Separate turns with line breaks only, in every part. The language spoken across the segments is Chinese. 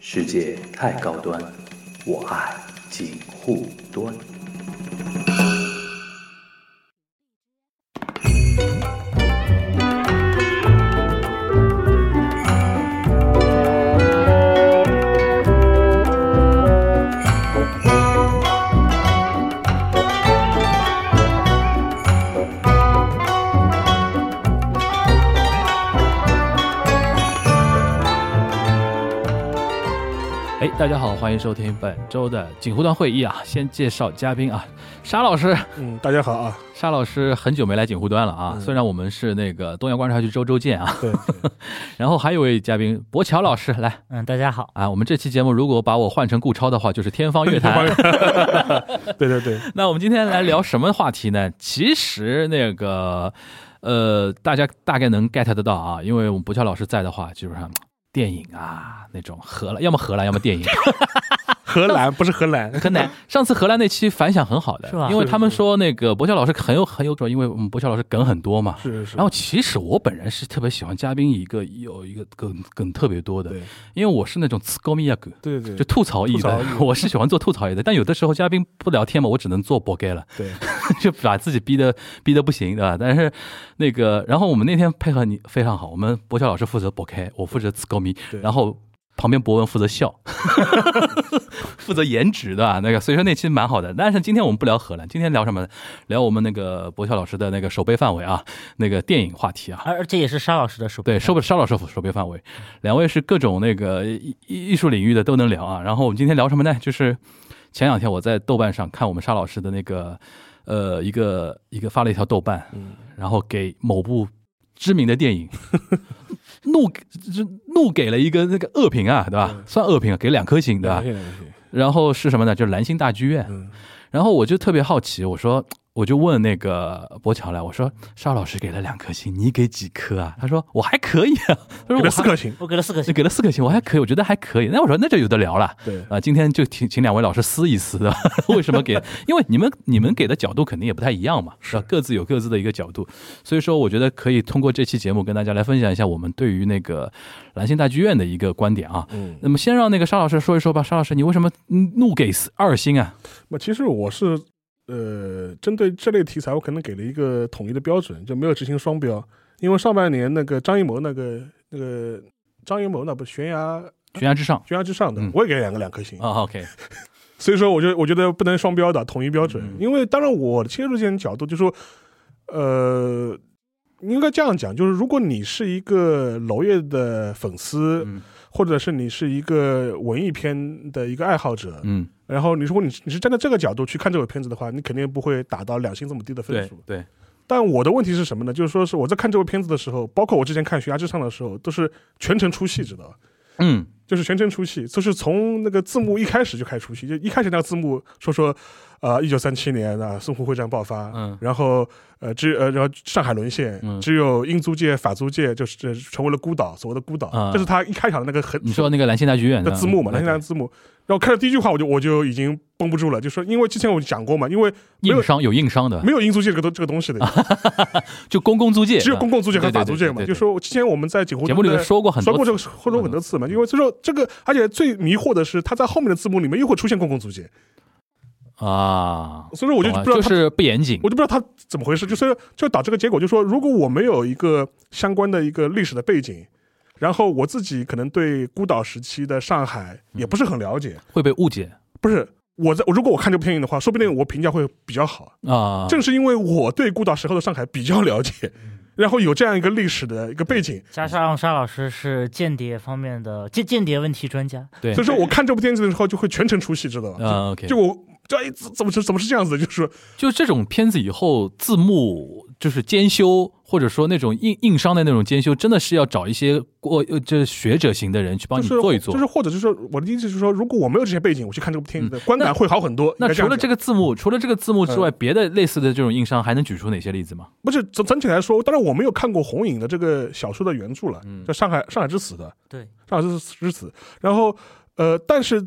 世界太高端，我爱锦护端。
哎，大家好，欢迎收听本周的锦湖端会议啊。先介绍嘉宾啊，沙老师，
嗯，大家好啊，
沙老师很久没来锦湖端了啊。
嗯
虽然我们是那个东阳观察局周周见啊，
对，对
然后还有一位嘉宾博乔老师来
嗯，大家好，
啊。我们这期节目如果把我换成顾超的话，就是 天方乐坛。
对对对，
那我们今天来聊什么话题呢？其实那个，呃，大家大概能 get 得到啊，因为我们博乔老师在的话，基本上电影啊那种荷兰，要么荷兰，要么电影。
荷兰不是荷兰，
很难。上次荷兰那期反响很好的，
是吧
因为他们说那个博乔老师很有很有种，因为我们博乔老师梗很多嘛。
是是是，
然后其实我本人是特别喜欢嘉宾一个有一个梗梗特别多的，
对
因为我是那种自高密呀梗。
对对
就
对
吐槽艺
吐槽艺
的，我是喜欢做吐槽艺的，但有的时候嘉宾不聊天嘛，我只能做博 gay 了，
对，
就把自己逼得逼得不行，对吧？但是那个，然后我们那天配合你非常好，我们博乔老师负责博 gay，我负责自高迷，
对
然后旁边博文负责笑， 负责颜值的、啊、那个，所以说那期蛮好的。但是今天我们不聊荷兰，今天聊什么呢？聊我们那个博乔老师的那个守备范围啊，那个电影话题啊。
而而这也是沙老师的手
对，
手
收不沙老师守备范围，两位是各种那个艺艺艺术领域的都能聊啊。然后我们今天聊什么呢？就是前两天我在豆瓣上看我们沙老师的那个呃一个一个发了一条豆瓣，
嗯，
然后给某部知名的电影怒就怒给了一个那个恶评啊，对吧？算恶评啊，给两颗星，对吧
感？谢感谢
然后是什么呢？就是蓝星大剧院。
嗯，
然后我就特别好奇，我说我就问那个博乔来，我说沙老师给了两颗星，你给几颗啊？他说我还可以啊，他说
给
我
了四
还
颗星，
我给了四颗星，
给了四颗星，我还可以，我觉得还可以。那我说那就有的聊了。
对，
啊，今天就请请两位老师撕一撕的， 为什么给？因为你们你们给的角度肯定也不太一样嘛，是吧？各自有各自的一个角度，所以说我觉得可以通过这期节目跟大家来分享一下我们对于那个兰心大剧院的一个观点啊。
嗯，
那么先让那个沙老师说一说吧，沙老师，你为什么怒给二星啊？
那其实我是呃，针对这类题材，我可能给了一个统一的标准，就没有执行双标，因为上半年那个张艺谋那个那个张艺谋那不是悬崖
悬崖之上
悬崖之上的
嗯，
我也给了两个两颗星，
啊，OK，
所以说，我就我觉得不能双标的，统一标准。
嗯
因为当然我的切入点角度就是说，呃，应该这样讲，就是如果你是一个娄烨的粉丝，
嗯
或者是你是一个文艺片的一个爱好者，
嗯，
然后你如果你是你是站在这个角度去看这个片子的话，你肯定不会打到两星这么低的
嗯
分
对
数。
对，
但我的问题是什么呢？就是说是我在看这部片子的时候，包括我之前看《悬崖之上》的时候，都是全程出戏，知道吧？
嗯
就是全程出戏，就是从那个字幕一开始就开始出戏，就一开始那个字幕说说，呃，一九三七年啊，淞沪会战爆发，
嗯
然后呃只呃然后上海沦陷，
嗯
只有英租界、法租界就是、呃成为了孤岛，所谓的孤岛，
啊
这是他一开场的那个很
你说嗯那个兰心大剧院
的字幕嘛，那
对
现在字幕，然后看到第一句话我就我就已经绷不住了，就说因为之前我讲过嘛，因为没有
硬伤有硬伤的，
没有英租界这个东这个东西的，
就公共租界，
只有公共租界和
啊对对
法租界
对
嘛，
对对
就说之前我们在锦湖
节目里面说过很
说过
多嗯
这
次，
个说过很多次嘛，因为这时候这个，而且最迷惑的是，他在后面的字幕里面又会出现公共租界，
啊，
所以说我就
懂了
不知道
就
他，
是不严谨
我，就不知道他怎么回事，就是就导这个结果，就是说如果我没有一个相关的一个历史的背景，然后我自己可能对孤岛时期的上海
嗯
也不是很了解，
会被误解
不是我在我如果我看这部电影的话，说不定我评价会比较好，
啊。嗯
正是因为我对孤岛时候的上海比较了解，然后有这样一个历史的一个背景，
加上沙老师是间谍方面的间间谍问题专家，
对
所以，说我看这部电影的时候就会全程出戏，知道吧？
啊，OK，
就
就
我这哎怎怎么是怎么是这样子的？就是说
就这种片子以后字幕就是兼修，或者说那种硬硬伤的那种兼修，真的是要找一些过呃这学者型的人去帮
就
你
是
做一做
就。是或者就是说我的意思就是说，如果我没有这些背景，我去看这部片子的观感会好很多。
嗯那
应该
除
样
了
讲嗯
这个字幕，除了这个字幕之外，别的类似的这种硬伤还能举出哪些例子吗？
不是整整体来说，当然我没有看过红影的这个小说的原著了，
嗯
叫《上海上海之死》的
对，
《上海之之死》。然后呃，但是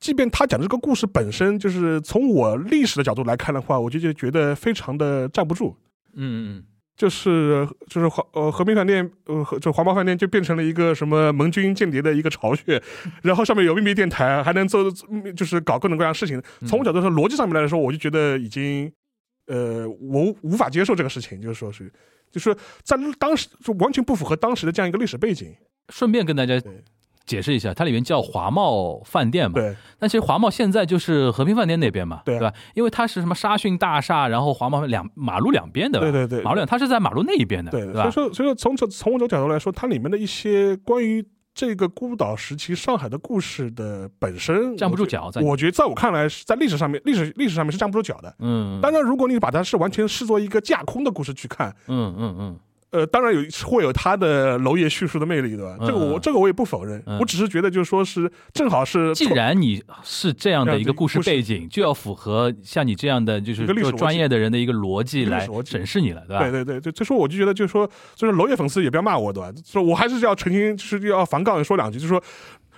即便他讲这个故事本身，就是从我历史的角度来看的话，我就就觉得非常的站不住。
嗯嗯
就是就是华呃和平饭店呃和就华贸饭店就变成了一个什么盟军间谍的一个巢穴，然后上面有秘密电台，啊还能做嗯就是搞各种各样的事情。从我角度说，逻辑上面来说，我就觉得已经呃我无无法接受这个事情，就是说是就是在当时就完全不符合当时的这样一个历史背景。
顺便跟大家
对
解释一下，它里面叫华贸饭店嘛，
对
但其实华贸现在就是和平饭店那边嘛，
对啊
对吧？因为它是什么沙逊大厦，然后华贸两马路两边的吧，
对对对
马路两，它是在马路那一边的，
对，所以
吧？
说所以说从这从我这角度来说，它里面的一些关于。这个孤岛时期上海的故事的本身
站不住
我觉
脚，在
我觉得在我看来是在历史上面，历史历史上面是站不住脚的。
嗯，
当然，如果你把它是完全视作一个架空的故事去看，
嗯嗯嗯
呃，当然有会有它的娄烨叙述的魅力，对吧？
嗯
这个我
嗯
这个我也不否认，
嗯
我只是觉得就是说是正好是
嗯，既然你是这样的一个故事
故事
背景，就要符合像你这样的就是
一个历史
做
逻辑
专业的人的一个逻辑
一个历
来
史逻辑
审视你了，对吧？
对对对，就就说我就觉得就是说，就是娄烨粉丝也不要骂我，对吧？说我还是要澄清，就是要反杠说两句，就是说。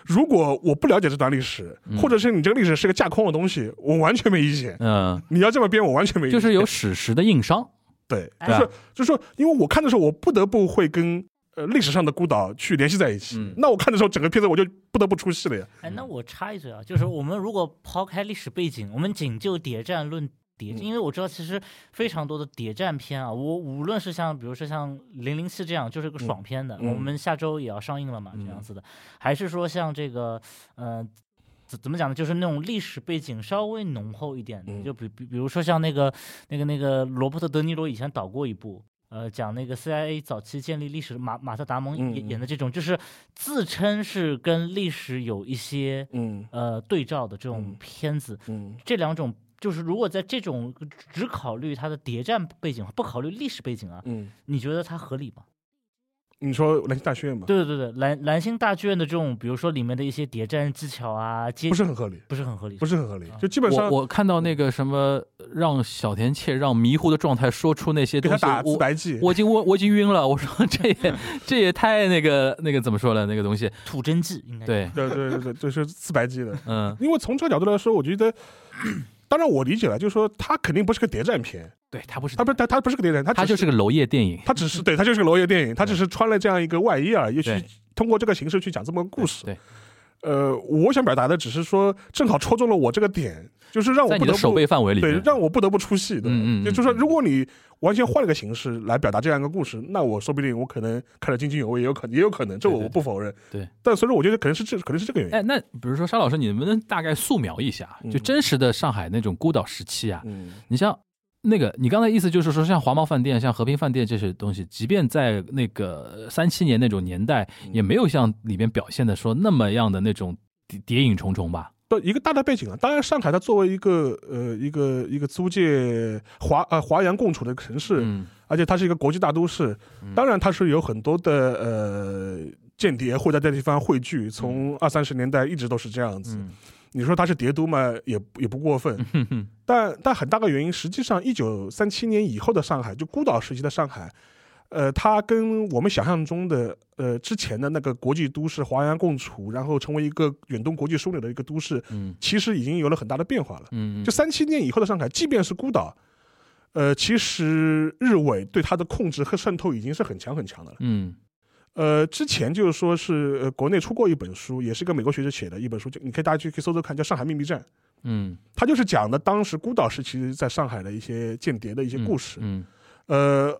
如果我不了解这段历史，或者是你这个历史是个架空的东西，我完全没意见。
嗯，
你要这么编，我完全没意
就
见。
是有史实的硬伤，
对，
哎
就是就是说，因为我看的时候，我不得不会跟呃历史上的孤岛去联系在一起。
嗯
那我看的时候，整个片子我就不得不出戏了呀。
哎，那我插一嘴啊，就是我们如果抛开历史背景，我们仅就谍战论谍，因为我知道其实非常多的谍战片啊，我无论是像比如说像《零零七》这样，就是个爽片的，
嗯
我们下周也要上映了嘛，这样子的，还是说像这个呃。怎怎么讲呢？就是那种历史背景稍微浓厚一点的，
嗯
就比比比如说像那个那个那个罗伯特·德尼罗以前导过一部，呃，讲那个 CIA 早期建立历史，马马特·达蒙
嗯
演
嗯
演的这种，就是自称是跟历史有一些
嗯
呃对照的这种
嗯
片子，
嗯
这两种就是如果在这种只考虑它的谍战背景，不考虑历史背景啊，
嗯，
你觉得它合理吗？
你说南京大学院吧，
对对对，蓝蓝星大剧院的这种，比如说里面的一些谍战技巧啊，接
不是很合理，
不是很合理，
不
是
是很合理
啊，
就基本
我
上
我看到那个什么让小田切让迷糊的状态说出那些
给
东
他
西，
打自
我
白剂。
我已经我我已经晕了，我说这也这也太那个那个怎么说了那个东西，
土真技应该。
对，
对对对对，就是自白剂的。
嗯，
因为从这个角度来说，我觉得， 当然我理解了，就是说它肯定不是个谍战片，
对他不是
它不它它不是个谍战，它
他
只
就是个娄烨电影，
它只是对它就是个娄烨电影，它只是穿了这样一个外衣而已，也许
对
通过这个形式去讲这么个故事。
对，
呃，我想表达的只是说，正好戳中了我这个点，就是让我
在
不
你
得
的
不
手背范围里
对
面，，
让我不得不出戏。对，
嗯嗯嗯
就就是说，如果你完全换了个形式来表达这样一个故事，那我说不定我可能看得津津有味，也有可也有可能，这我
对对
我不否认。
对，
但所以说，我觉得可能是这可能是这个原因。
哎，那比如说沙老师，你能不能大概素描一下，就
嗯
真实的上海那种孤岛时期啊？
嗯
你像那个，你刚才意思就是说，像华贸饭店、像和平饭店这些东西，即便在那个三七年那种年代，
嗯
也没有像里面表现的说那么样的那种谍谍影重重吧？
对，一个大的背景啊，当然上海它作为一个呃一个一个租界华呃华洋共处的城市，
嗯
而且它是一个国际大都市，当然它是有很多的呃间谍会在这地方汇聚，从二三十年代一直都是这样子。
嗯
你说它是谍都嘛，也也不 过分，
哼哼
但但很大个原因，实际上一九三七年以后的上海，就孤岛时期的上海，呃，它跟我们想象中的呃之前的那个国际都市华洋共处，然后成为一个远东国际枢纽的一个都市，
嗯
其实已经有了很大的变化了。
嗯，
就三七年以后的上海，即便是孤岛，呃，其实日伪对它的控制和渗透已经是很强很强的了。
嗯
呃，之前就是说是呃，国内出过一本书，也是一个美国学者写的一本书，就你可以大家去可以搜搜看，叫《上海秘密战》。
嗯
他就是讲的当时孤岛时期在上海的一些间谍的一些故事。
嗯
呃，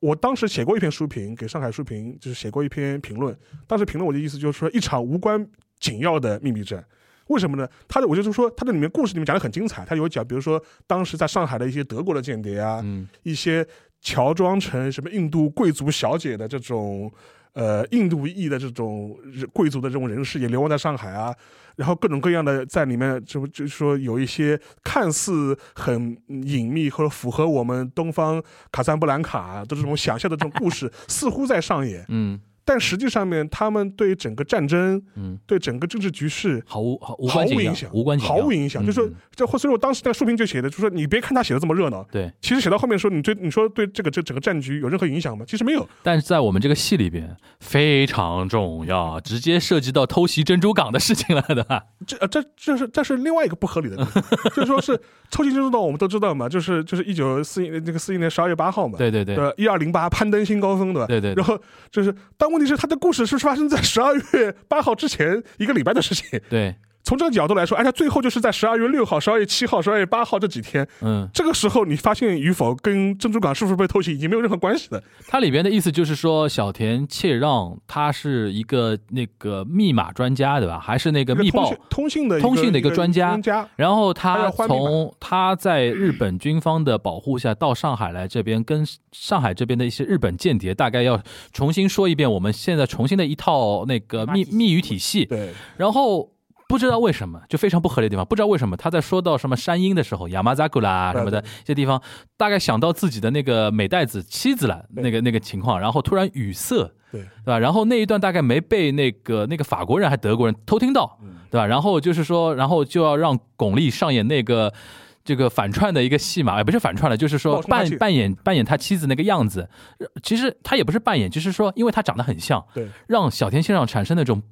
我当时写过一篇书评，给上海书评就是写过一篇评论。当时评论我的意思就是说，一场无关紧要的秘密战。为什么呢？他的我就是说，他的里面故事里面讲的很精彩，他有讲，比如说当时在上海的一些德国的间谍啊，
嗯
一些乔装成什么印度贵族小姐的这种呃印度裔的这种人贵族的这种人士也流亡在上海啊，然后各种各样的在里面就就是说有一些看似很隐秘或者符合 啊我们东方卡萨布兰卡的这种想象的这种故事似乎在上演，
嗯
但实际上面，他们对整个战争、
嗯，
对整个政治局势
毫无毫嗯无
毫
关
无
紧
影
要
响，
无关紧要，
毫无影响。
嗯
就是说这，所以我当时那个书评就写的，就说你别看他写的这么热闹，
对，
其实写到后面说，你对你说对这个这整个战局有任何影响吗？其实没有。
但是在我们这个戏里边非常重要，直接涉及到偷袭珍珠港的事情了的。啊
这呃这这是这是另外一个不合理的地方， 就是说是抽筋珍珠岛，我们都知道嘛，就是就是一九四一那个四一年十二月八号嘛，
对对对，
呃，一二零八攀登新高峰，对吧？
对对对
然后就是，但问题是，他的故事是发生在十二月八号之前一个礼拜的事情。
对，
从这个角度来说，而且最后就是在十二月六号、十二月七号、十二月八号这几天，
嗯，
这个时候你发现与否跟珍珠港是不是被偷袭已经没有任何关系了。
它里边的意思就是说，小田切让他是一个那个密码专家，对吧？还是那个
一个
密
通
报
讯？通信的
通信的一
一
个专家
专家
然后
他
他
要换密码
从他在日本军方的保护下到上海来这边，跟上海这边的一些日本间谍，大概要重新说一遍我们现在重新的一套那个密
密码体系
密语体系。
对
然后不知道为什么，就非常不合理的地方，不知道为什么他在说到什么山阴的时候，亚麻扎古啦什么的
对
这些地方，大概想到自己的那个美代子妻子了那个那个情况，然后突然语塞。
对
对吧？然后那一段大概没被那个那个法国人还德国人偷听到，对吧？然后就是说，然后就要让巩俐上演那个这个反串的一个戏嘛，哎，不是反串了，就是说
冒充他
扮
去
扮演扮演他妻子那个样子。呃其实他也不是扮演，就是说，因为他长得很像，
对，
让小田先生产生那种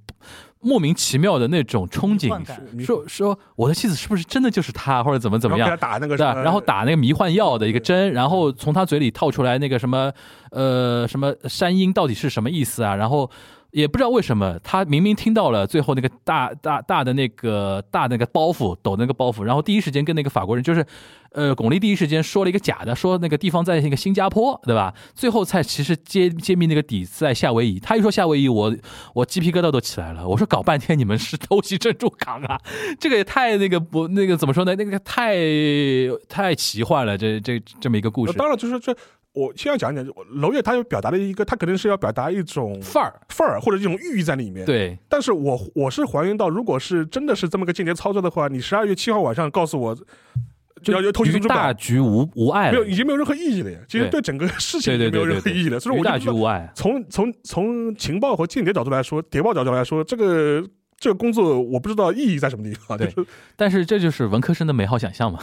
莫名其妙的那种憧
迷幻
憬，
感
说说说我的妻子是不是真的就是他，或者怎么怎么
呃然后给
样
他？打那个
对吧
什么，
然后打那个迷幻药的一个针，然后从他嘴里套出来那个什么，呃，什么山鹰到底是什么意思啊？然后也不知道为什么，他明明听到了最后那个大大大的那个大那个包袱抖那个包袱，然后第一时间跟那个法国人就是，呃，巩俐第一时间说了一个假的，说那个地方在那个新加坡，对吧？最后才其实揭揭秘那个底在夏威夷。他一说夏威夷，我我鸡皮疙瘩都起来了。我说搞半天你们是 偷袭珍珠港啊，这个也太那个不那个怎么说呢？那个太太奇幻了，这这这么一个故
呃
事
当然就是这，我先要讲一讲，我娄烨他要表达的一个，他肯定是要表达一种
范儿。
范儿或者一种寓意在里面。，
对，
但是我我是还原到，如果是真的是这么个间谍操作的话，你十二月七号晚上告诉我
就
要要偷袭
于
珍珠
大
港，
局无无碍
没有
了，
已经没有任何意义了呀。其实对整个事情
对对
已经没
对
有
对
任何
对，
意义了。所以
于
我
大
就
局
知道
无碍。
从从从情报和间谍角度来说，谍报角度来说，这个这个工作我不知道意义在什么地方。
对
就是
但是这就是文科生的美好想象嘛。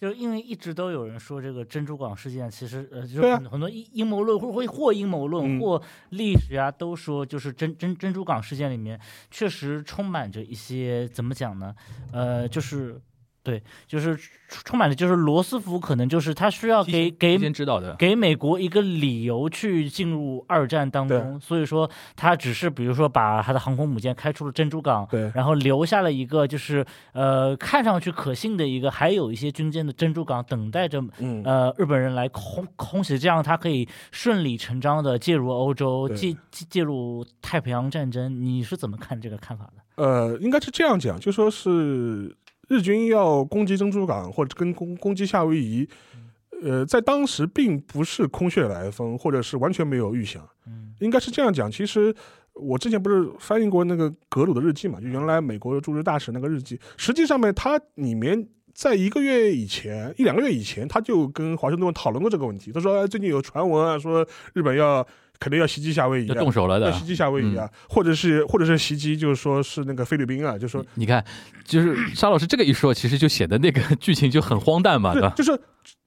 就是因为一直都有人说这个珍珠港事件，其实呃，就是
对啊
很很多阴阴谋论或或或阴谋论
嗯
或历史啊，都说就是珍珍珍珠港事件里面确实充满着一些怎么讲呢？呃，就是对，就是充充满着就是罗斯福可能就是他需要给给
先知道的，
给美国一个理由去进入二战当中，所以说他只是比如说把他的航空母舰开出了珍珠港，
对
然后留下了一个就是呃看上去可信的一个，还有一些军舰的珍珠港等待着
嗯，
呃日本人来空空袭，这样他可以顺理成章的介入欧洲，
对
介介介入太平洋战争。你是怎么看这个看法的？
呃，应该是这样讲，就说是日军要攻击珍珠港或者跟攻攻击夏威夷，
嗯
呃，在当时并不是空穴来风，或者是完全没有预想，
嗯
应该是这样讲。其实我之前不是翻译过那个格鲁的日记嘛，就原来美国的驻日大使那个日记，实际上面它里面。在一个月以前，一两个月以前，他就跟华盛顿讨论过这个问题。他说，哎最近有传闻啊，说日本要肯定要袭击夏威夷、
要
啊，
动手了
要
的。嗯
袭击夏威夷啊，或者是或者是袭击，就是说是那个菲律宾啊，就说
你看，就是沙老师这个一说，其实就显得那 个剧情就很荒诞嘛，对吧？
是就是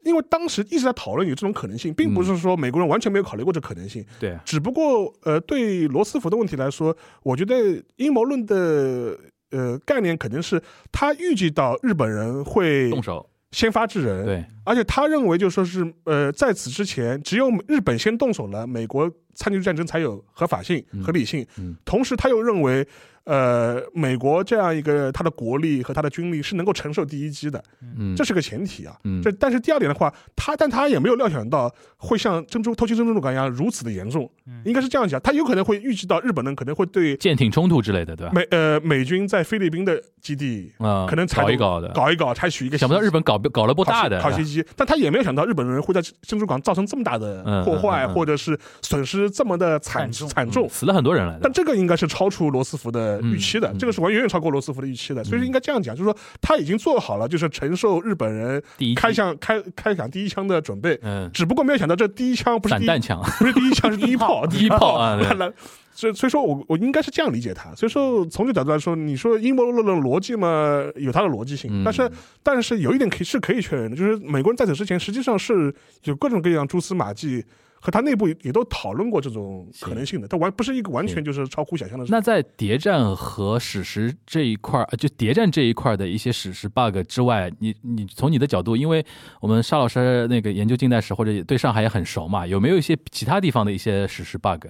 因为当时一直在讨论有这种可能性，并不
嗯
是说美国人完全没有考虑过这可能性，
对，
只不过呃，对罗斯福的问题来说，我觉得阴谋论的。呃，概念肯定是他预计到日本人会
动手，
先发制人，
对
而且他认为就说是呃，在此之前，只有日本先动手了，美国参与战争才有合法性、
嗯
合理性。
嗯
同时，他又认为，呃，美国这样一个它的国力和它的军力是能够承受第一击的，
嗯，
这是个前提啊。
嗯
这但是第二点的话，他但他也没有料想到会像珍珠偷袭珍珠港一样如此的严重，
嗯
应该是这样讲，他有可能会预计到日本人可能会对
舰艇冲突之类的，对吧？
美呃美军在菲律宾的基地
啊，
可能才
搞一
懂
搞的，
搞一搞，采取一个
呃想不到
袭
日本搞搞了波
考
大
袭
的，嗯
考袭机，但他也没有想到日本人会在珍珠港造成这么大的破坏，
嗯嗯嗯嗯
或者是损失这么的惨
惨重
惨
嗯
重。
死了很多人来的
但，这个应该是超出罗斯福的预期的，
嗯嗯嗯
这个是完远远超过罗斯福的预期的，所以应该这样讲，就是说他已经做好了就是承受日本人
第一
开
枪，
枪开开响第一枪的准备，
嗯，
只不过没有想到这第一枪不是
散
第一
弹枪，
不是第一枪，是第一炮，
第一炮啊对
来，所以所以说我我应该是这样理解他。所以说从这角度来说，你说阴谋论的逻辑嘛，有它的逻辑性，
嗯
但是但是有一点可以是可以确认的，就是美国人在此之前实际上是有各种各样蛛丝马迹。和他内部也都讨论过这种可能性的，但完不是一个完全就是超乎想象的事。
那在谍战和史实这一块儿，呃就谍战这一块儿的一些史实 bug 之外，你你从你的角度，因为我们沙老师那个研究近代史或者对上海也很熟嘛，有没有一些其他地方的一些史实 bug？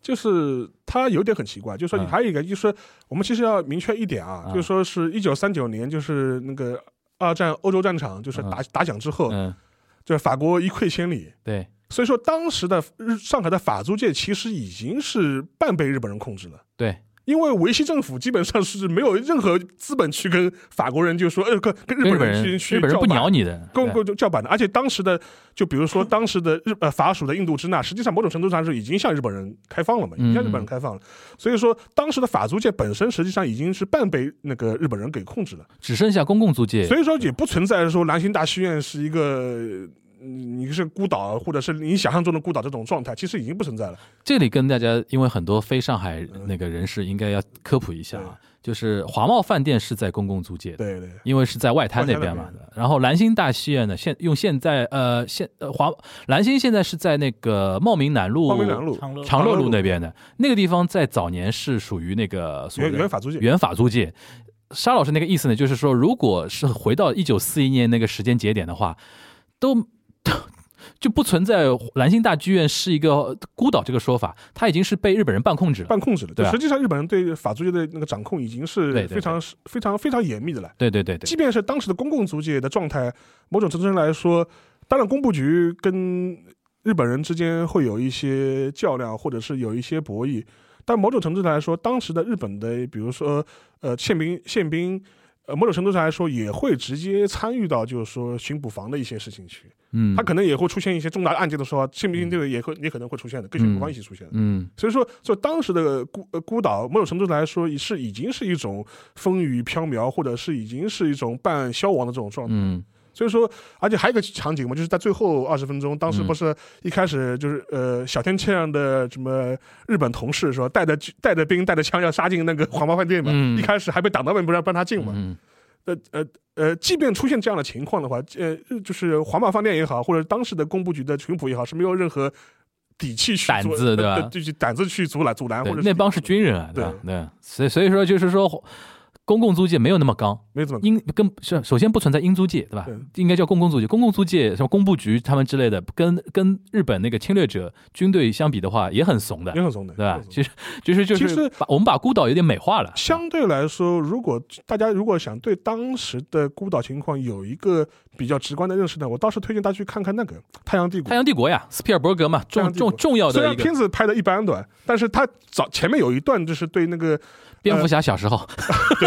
就是他有点很奇怪，就是说
嗯
还有一个就是我们其实要明确一点啊，
嗯
就是说是一九三九年，就是那个二战欧洲战场就是打、打响之后，
啊嗯，
就是法国一溃千里，
对，
所以说，当时的日上海的法租界其实已经是半被日本人控制了。
对，
因为维希政府基本上是没有任何资本去跟法国人就说，呃，跟跟
日
日
本
本
人
人去去
日本人
叫
不
板
鸟你的，
跟
对
跟就叫板的。而且当时的，就比如说当时的日呃法属的印度支那，实际上某种程度上是已经向日本人开放了嘛，已经向日
嗯
本人开放了。所以说，当时的法租界本身实际上已经是半被那个日本人给控制了。
只剩下公共租界，
所以说也不存在说兰心大戏院是一个。嗯你是孤岛，或者是你想象中的孤岛这种状态，其实已经不存在了。
这里跟大家，因为很多非上海
嗯
那个人士应该要科普一下啊，就是华贸饭店是在公共租界的。
对对，
因为是在外滩那边
外
嘛
滩那，
然后兰心大戏院呢，现用现在呃现呃华兰心现在是在那个茂名南路
光明南路
长
长
乐
乐
长乐
路
路
那边的那个地方，在早年是属于那个所谓
原
的
原法租界，
原法租界。沙老师那个意思呢，就是说，如果是回到一九四一年那个时间节点的话，都 就不存在兰心大剧院是一个孤岛这个说法，它已经是被日本人半控制了。
半控制了。
对
就
啊
实际上，日本人对法租界的那个掌控已经
对对
是
对
非常非常非常严密的了。
对对对对
即便是当时的公共租界的状态，某种程度上来说，当然工部局跟日本人之间会有一些较量，或者是有一些博弈，但某种程度上来说，当时的日本的，比如说呃宪兵宪兵。呃，某种程度上来说，也会直接参与到就是说巡捕房的一些事情去，
嗯，
他可能也会出现一些重大案件的时候，啊宪兵队也会也可能会出现的，跟巡捕房一起出现的。
嗯
所以说，就当时的孤呃孤岛，某种程度来说是已经是一种风雨飘渺，或者是已经是一种半消亡的这种状态。
嗯
所以说，而且还有一个场景嘛，就是在最后二十分钟，当时
嗯
不是一开始就是呃小天这样的什么日本同事说带着带着兵带着枪要杀进那个黄毛饭店嘛，
嗯
一开始还被挡到门不让不让他进嘛。
嗯
呃呃呃，即便出现这样的情况的话，呃，就是皇马饭店也好，或者当时的工部局的巡捕也好，是没有任何底气去
胆
阻
子对吧
呃就是胆子去阻拦阻拦，或
对
者，
那帮是军人啊，对吧？对，所以所以说就是说，公共租界没有那么刚，
没怎么
英跟是首先不存在英租界，对吧？应该叫公共租界。公共租界什么工部局他们之类的，跟跟日本那个侵略者军队相比的话，也很怂的，
也很怂的，
对吧其
也很？怂的
实就是就
其
是
实
把我们把孤岛有点美化了，
相对来说，如果大家如果想对当时的孤岛情况有一个比较直观的认识呢，我倒是推荐大家去看看那个《太阳帝国
太》。阳帝国呀，斯皮尔伯格嘛，
太
重
阳帝国
重重要
虽
的
然
一个
片子拍的一般短，但是他早前面有一段就是对那个
蝙
呃
蝠侠小时候，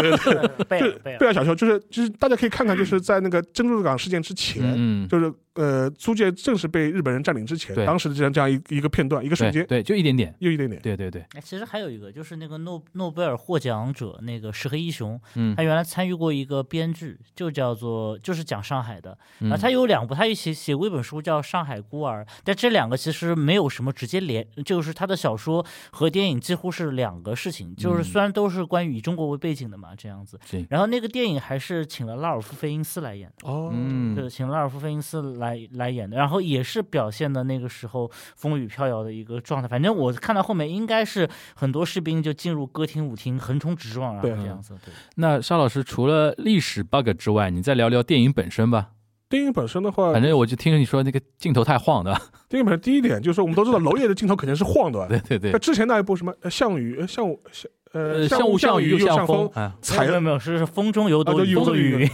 就是
贝尔贝尔
啊贝尔小说，就是就是大家可以看看，就是在那个珍珠港事件之前，
嗯，
就是呃，租界正式被日本人占领之前
对，
当时的这样这样一一个片段，一个瞬
对
间，
对，就一点点，
又一点点。
对对对，
哎，其实还有一个就是那个诺诺贝尔获奖者那个石黑一雄，
嗯
他原来参与过一个编剧，就叫做就是讲上海的，然后
嗯
他有两部，他也写写过一本书叫《上海孤儿》，但这两个其实没有什么直接联，就是他的小说和电影几乎是两个事情，就是虽然都是关于以中国为背景的嘛，这样子
嗯是。
然后那个电影还是请了拉尔夫·费因斯来演的，
哦
对，
嗯
请拉尔夫·费因斯来来演的，然后也是表现的那个时候风雨飘摇的一个状态。反正我看到后面应该是很多士兵就进入歌厅舞厅，横冲直撞，然后
对嗯
这样子，对。
那沙老师除了历史 bug 之外，你再聊聊电影本身吧。
电影本身的话
反，正我就听你说那个镜头太晃的，
电影本身第一点就是我们都知道娄烨的镜头肯定是晃的吧，
对对对
那，之前那一部什么呃项羽呃项武项呃
呃，像雾
项
像雨
又
像
风，
啊。
没有
踩
没有没有，是是风中有
啊
朵
就有朵
云
云。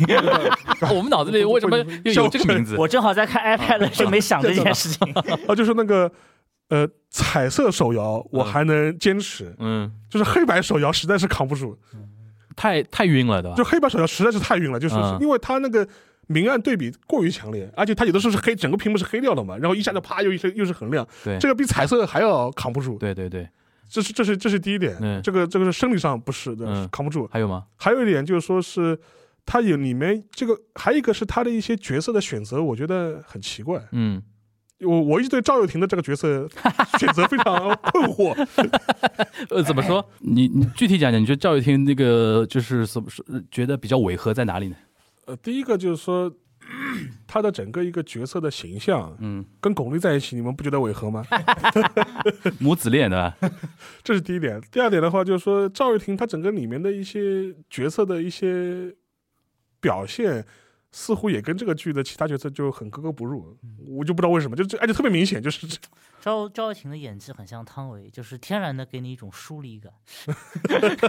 我们脑子里为什么 又有这个名字？
我正好在看 iPad，就没想这件事情。
啊，就是那个呃彩色手摇我还能坚持，
嗯，
就是黑白手摇实在是扛不住，
太太晕了，对吧
就？黑白手摇实在是太晕了，就是
嗯
因为它那个明暗对比过于强烈，而且它有的时候是黑，整个屏幕是黑掉的嘛，然后一下就啪又一下又是很亮，
对
这个比彩色还要扛不住，
对对对，
这是这是这是第一点，
嗯
这个这个是生理上不是的，
嗯
扛不住。
还有吗？
还有一点就是说是它有里面这个，还有一个是它的一些角色的选择，我觉得很奇怪。
嗯，
我我一直对赵又廷的这个角 色选择非常困惑。
呃，怎么说？你你具体讲讲，你觉得赵又廷那个就是怎么说？觉得比较违和在哪里呢？
呃，第一个就是说。 他的整个一个角色的形象
嗯，
跟巩俐在一起，你们不觉得违和吗？
母子恋对 吧？
这是第一点。第二点的话，就是说赵又廷他整个里面的一些角色的一些表现，似乎也跟这个剧的其他角色就很格格不入，
嗯
我就不知道为什么，就这而且特别明显，就是这
赵赵又廷的演技很像汤唯，就是天然的给你一种疏离感。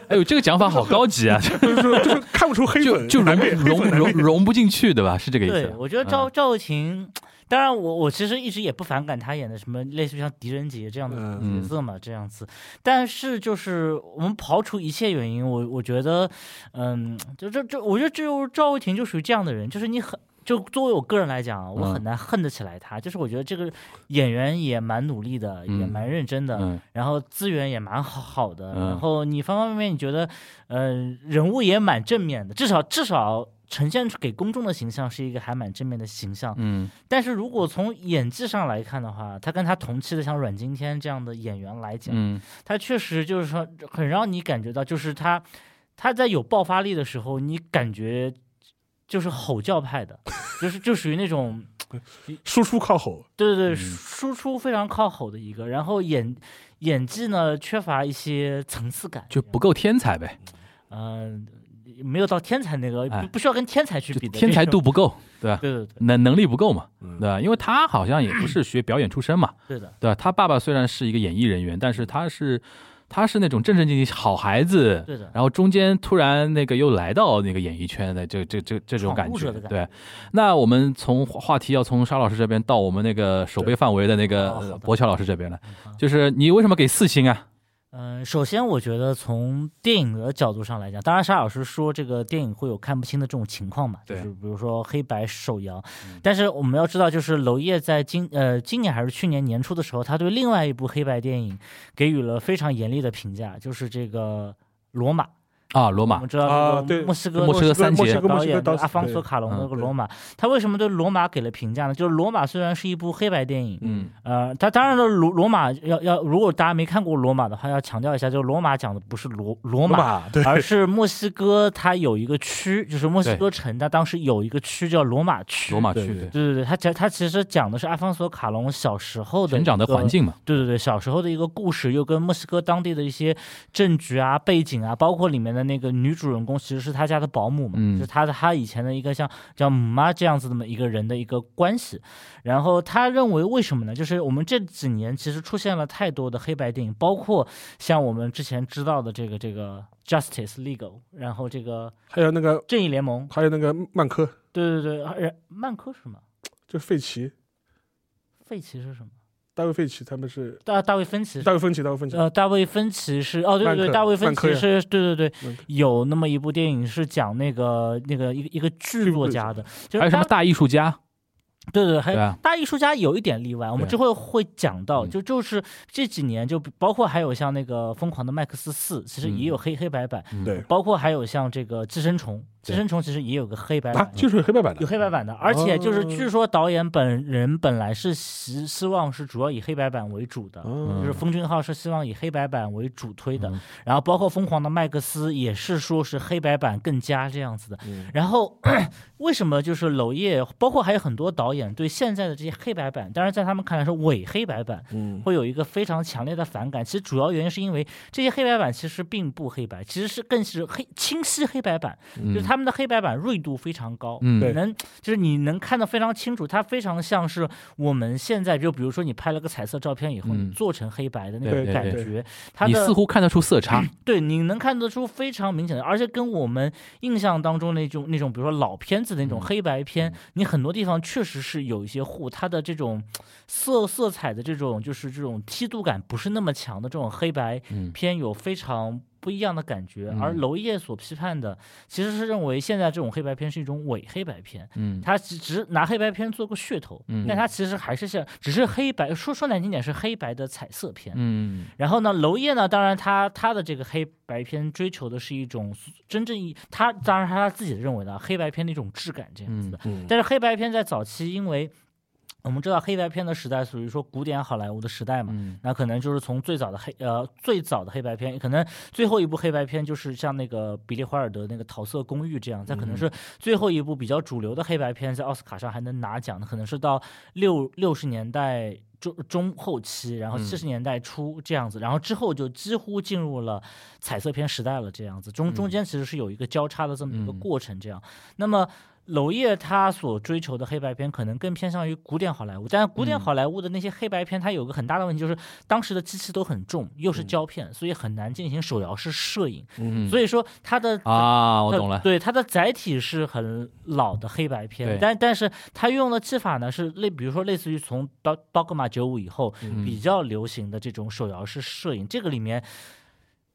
哎呦，这个讲法好高级啊！
就是说就是看不出黑
就
粉
就融
南面黑
融
粉南
融
面
融不进去，对吧？是这个意
对，
思。啊嗯
我觉得赵赵又廷，当然我我其实一直也不反感他演的什么类似于像狄仁杰这样的
嗯
角色嘛，这样子。但是就是我们刨除一切原因，我我觉得，嗯，就这这，我觉得这就是赵又廷就属于这样的人，就是你很。就作为我个人来讲啊，我
嗯
很难恨得起来他。就是我觉得这个演员也蛮努力的，也
嗯
蛮认真的，
嗯
然后资源也蛮好好的，
嗯
然后你方方面面你觉得，呃，人物也蛮正面的，至少至少呈现出给公众的形象是一个还蛮正面的形象。
嗯
但是如果从演技上来看的话，他跟他同期的像阮经天这样的演员来讲，
嗯
他确实就是说很让你感觉到，就是他他在有爆发力的时候，你感觉就是吼叫派的，就是就属于那种。
输出靠吼，
对对
嗯
对，输出非常靠吼的一个，然后演演技呢缺乏一些层次感，
就不够天才呗，
嗯、没有到天才那个，
哎
不不需要跟天才去
就
比的
天才
这种
度，不够，对吧？
对对对，
能能力不够嘛，
嗯
对吧？因为他好像也不是学表演出身嘛，
对的，
对吧？他爸爸虽然是一个演艺人员，但是他是他是那种正正经经好孩子，
对的
然后中间突然那个又来到那个演艺圈的这这这这种感觉
闯入者，的
对。那我们从话题要从沙老师这边到我们那个守备范围的那个
哦好
呃
的
博乔老师这边来，
嗯啊
就是你为什么给四星啊？
嗯、首先我觉得从电影的角度上来讲，当然沙老师说这个电影会有看不清的这种情况嘛，就
对嗯
是比如说黑白手摇，但是我们要知道，就是娄烨在今呃今年还是去年年初的时候，他对另外一部黑白电影给予了非常严厉的评价，就是这个罗马。
啊，罗
我
马
们，知道
啊
那个
对
墨西哥
墨西哥三杰
墨西哥
导
墨西
演
哥
的
导
阿方索
对
卡隆
嗯
那个
对
罗马，他为什么对罗马给了评价呢？就是罗马虽然是一部黑白电影，
嗯
呃，他当然了，罗罗马要要，如果大家没看过罗马的话，要强调一下，就是罗马讲的不是罗罗马。
马对
而是墨西哥，它有一个区，就是墨西哥城，它当时有一个区叫罗马区。
罗马
对
区
对
对
对对对，它讲它其实讲的是阿方索卡隆小时候的
成长的
一个
环境嘛，
对对对，小时候的一个故事，又跟墨西哥当地的一些政局啊、背景啊，包括里面的那个女主人公其实是他家的保姆嘛，
嗯
就是他的他以前的一个像叫姆妈这样子的一个人的一个关系。然后他认为为什么呢？就是我们这几年其实出现了太多的黑白电影，包括像我们之前知道的这个这个 Justice League，然后这个
还有那个
正义联盟，
还有那个曼科，
对对对，而曼科是什么？
就费奇，
费奇是什么？
大卫费奇他们是
大大卫芬奇是
大卫芬奇，大卫芬奇，
呃，大卫芬奇是哦，对
曼
对对，
克
大卫芬
曼克
奇
呀
是，对对对
曼克，
有那么一部电影是讲那个那个一个一个剧作家的，就
还有
是
什么
大
大艺术家，
对对，还
对
有
吧？
大艺术家有一点例外，我们
对
之后会讲到，
嗯
就就是这几年就包括还有像那个《疯狂的麦克斯四》，其实也有黑黑白版，
嗯
对
包括还有像这个《寄生虫》，《寄生虫》其实也有个黑白
啊
版，。
就是黑白版
有
的，
黑白版的，而且就是
哦
据说导演本人本来是希希望是主要以黑白版为主的，
嗯
就
嗯
是封俊浩是希望以黑白版为主推的，
嗯
然后包括《疯狂的麦克斯》也是说是黑白版更加这样子的。
嗯
然后 为什么就是娄烨，包括还有很多导演对现在的这些黑白版，当然在他们看来是伪黑白版，
嗯
会有一个非常强烈的反感。其实主要原因是因为这些黑白版其实并不黑白，其实是更是黑清晰黑白版，
嗯
就是他们的黑白版锐度非常高。
嗯
对
能就是你能看得非常清楚，它非常像是我们现在就比如说你拍了个彩色照片以后，
嗯
你做成黑白的那
对
种
对
感
对
觉，它
你
的
似乎看得出色 差，
对你能看得出非常明显的，而且跟我们印象当中那种那种比如说老片子的那种
嗯
黑白片，你很多地方确实是有一些互它的这种色色彩的这种就是这种梯度感不是那么强的这种黑白
嗯
片有非常。不一样的感觉。
嗯
而娄烨所批判的，其实是认为现在这种黑白片是一种伪黑白片，
嗯，
他只只拿黑白片做个噱头，
嗯
但他其实还是像只是黑白，说说难听点是黑白的彩色片。
嗯
然后呢，娄烨呢，当然他他的这个黑白片追求的是一种真正意，他当然他自己认为的黑白片的一种质感这样子的。
嗯
但是黑白片在早期，因为我们知道黑白片的时代属于说古典好莱坞的时代嘛，
嗯
那可能就是从最早的黑呃最早的黑白片，可能最后一部黑白片就是像那个比利怀尔德那个《桃色公寓》这样，它
嗯
可能是最后一部比较主流的黑白片，在奥斯卡上还能拿奖的，可能是到六六十年代。中中后期，然后
嗯
七十年代初这样子，然后之后就几乎进入了彩色片时代了，这样子中中间其实是有一个交叉的这么一个
嗯
过程，这样。那么娄烨他所追求的黑白片可能更偏向于古典好莱坞，但是古典
嗯
好莱坞的那些黑白片，它有个很大的问题就是当时的机器都很重，又是胶片，所以很难进行手摇式摄影，
嗯，
所
以
以说它的。
啊，我
它
懂了，
对它的载体是很老的黑白
对
片，但但是它运用的技法呢是类，比如说类似于从《刀刀格玛九五》以后
嗯
比较流行的这种手摇式摄影，这个里面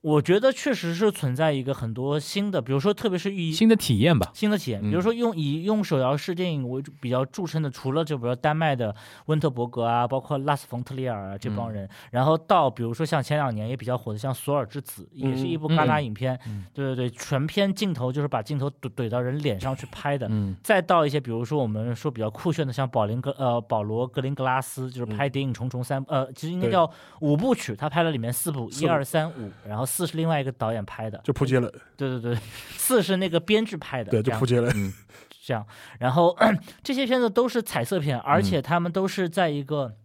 我觉得确实是存在一个很多新的，比如说特别是寓意
新的体验吧，
新的体验，比如
嗯
说用以用手摇式电影为主比较著称的，除了就比如说丹麦的温特伯格啊，包括拉斯冯特利尔啊这帮人，然后到比如说像前两年也比较火的像《索尔之子》，也是一部戛纳影片，
嗯嗯
对对对，全片镜头就是把镜头怼怼到人脸上去拍的。
嗯
再到一些，比如说我们说比较酷炫的，像保林格呃保罗格林格拉斯，就是拍《谍影重重三》呃，其实应该
对
叫五部曲，他拍了里面四部，
四
一
部
二三五，然后四是另外一个导演拍的，
就扑街了，
对对对， 四是那个编剧拍的，
对，
这
就
样
扑街了。
嗯
这样，然后 这些片子都是彩色片，
嗯
而且他们都是在一个。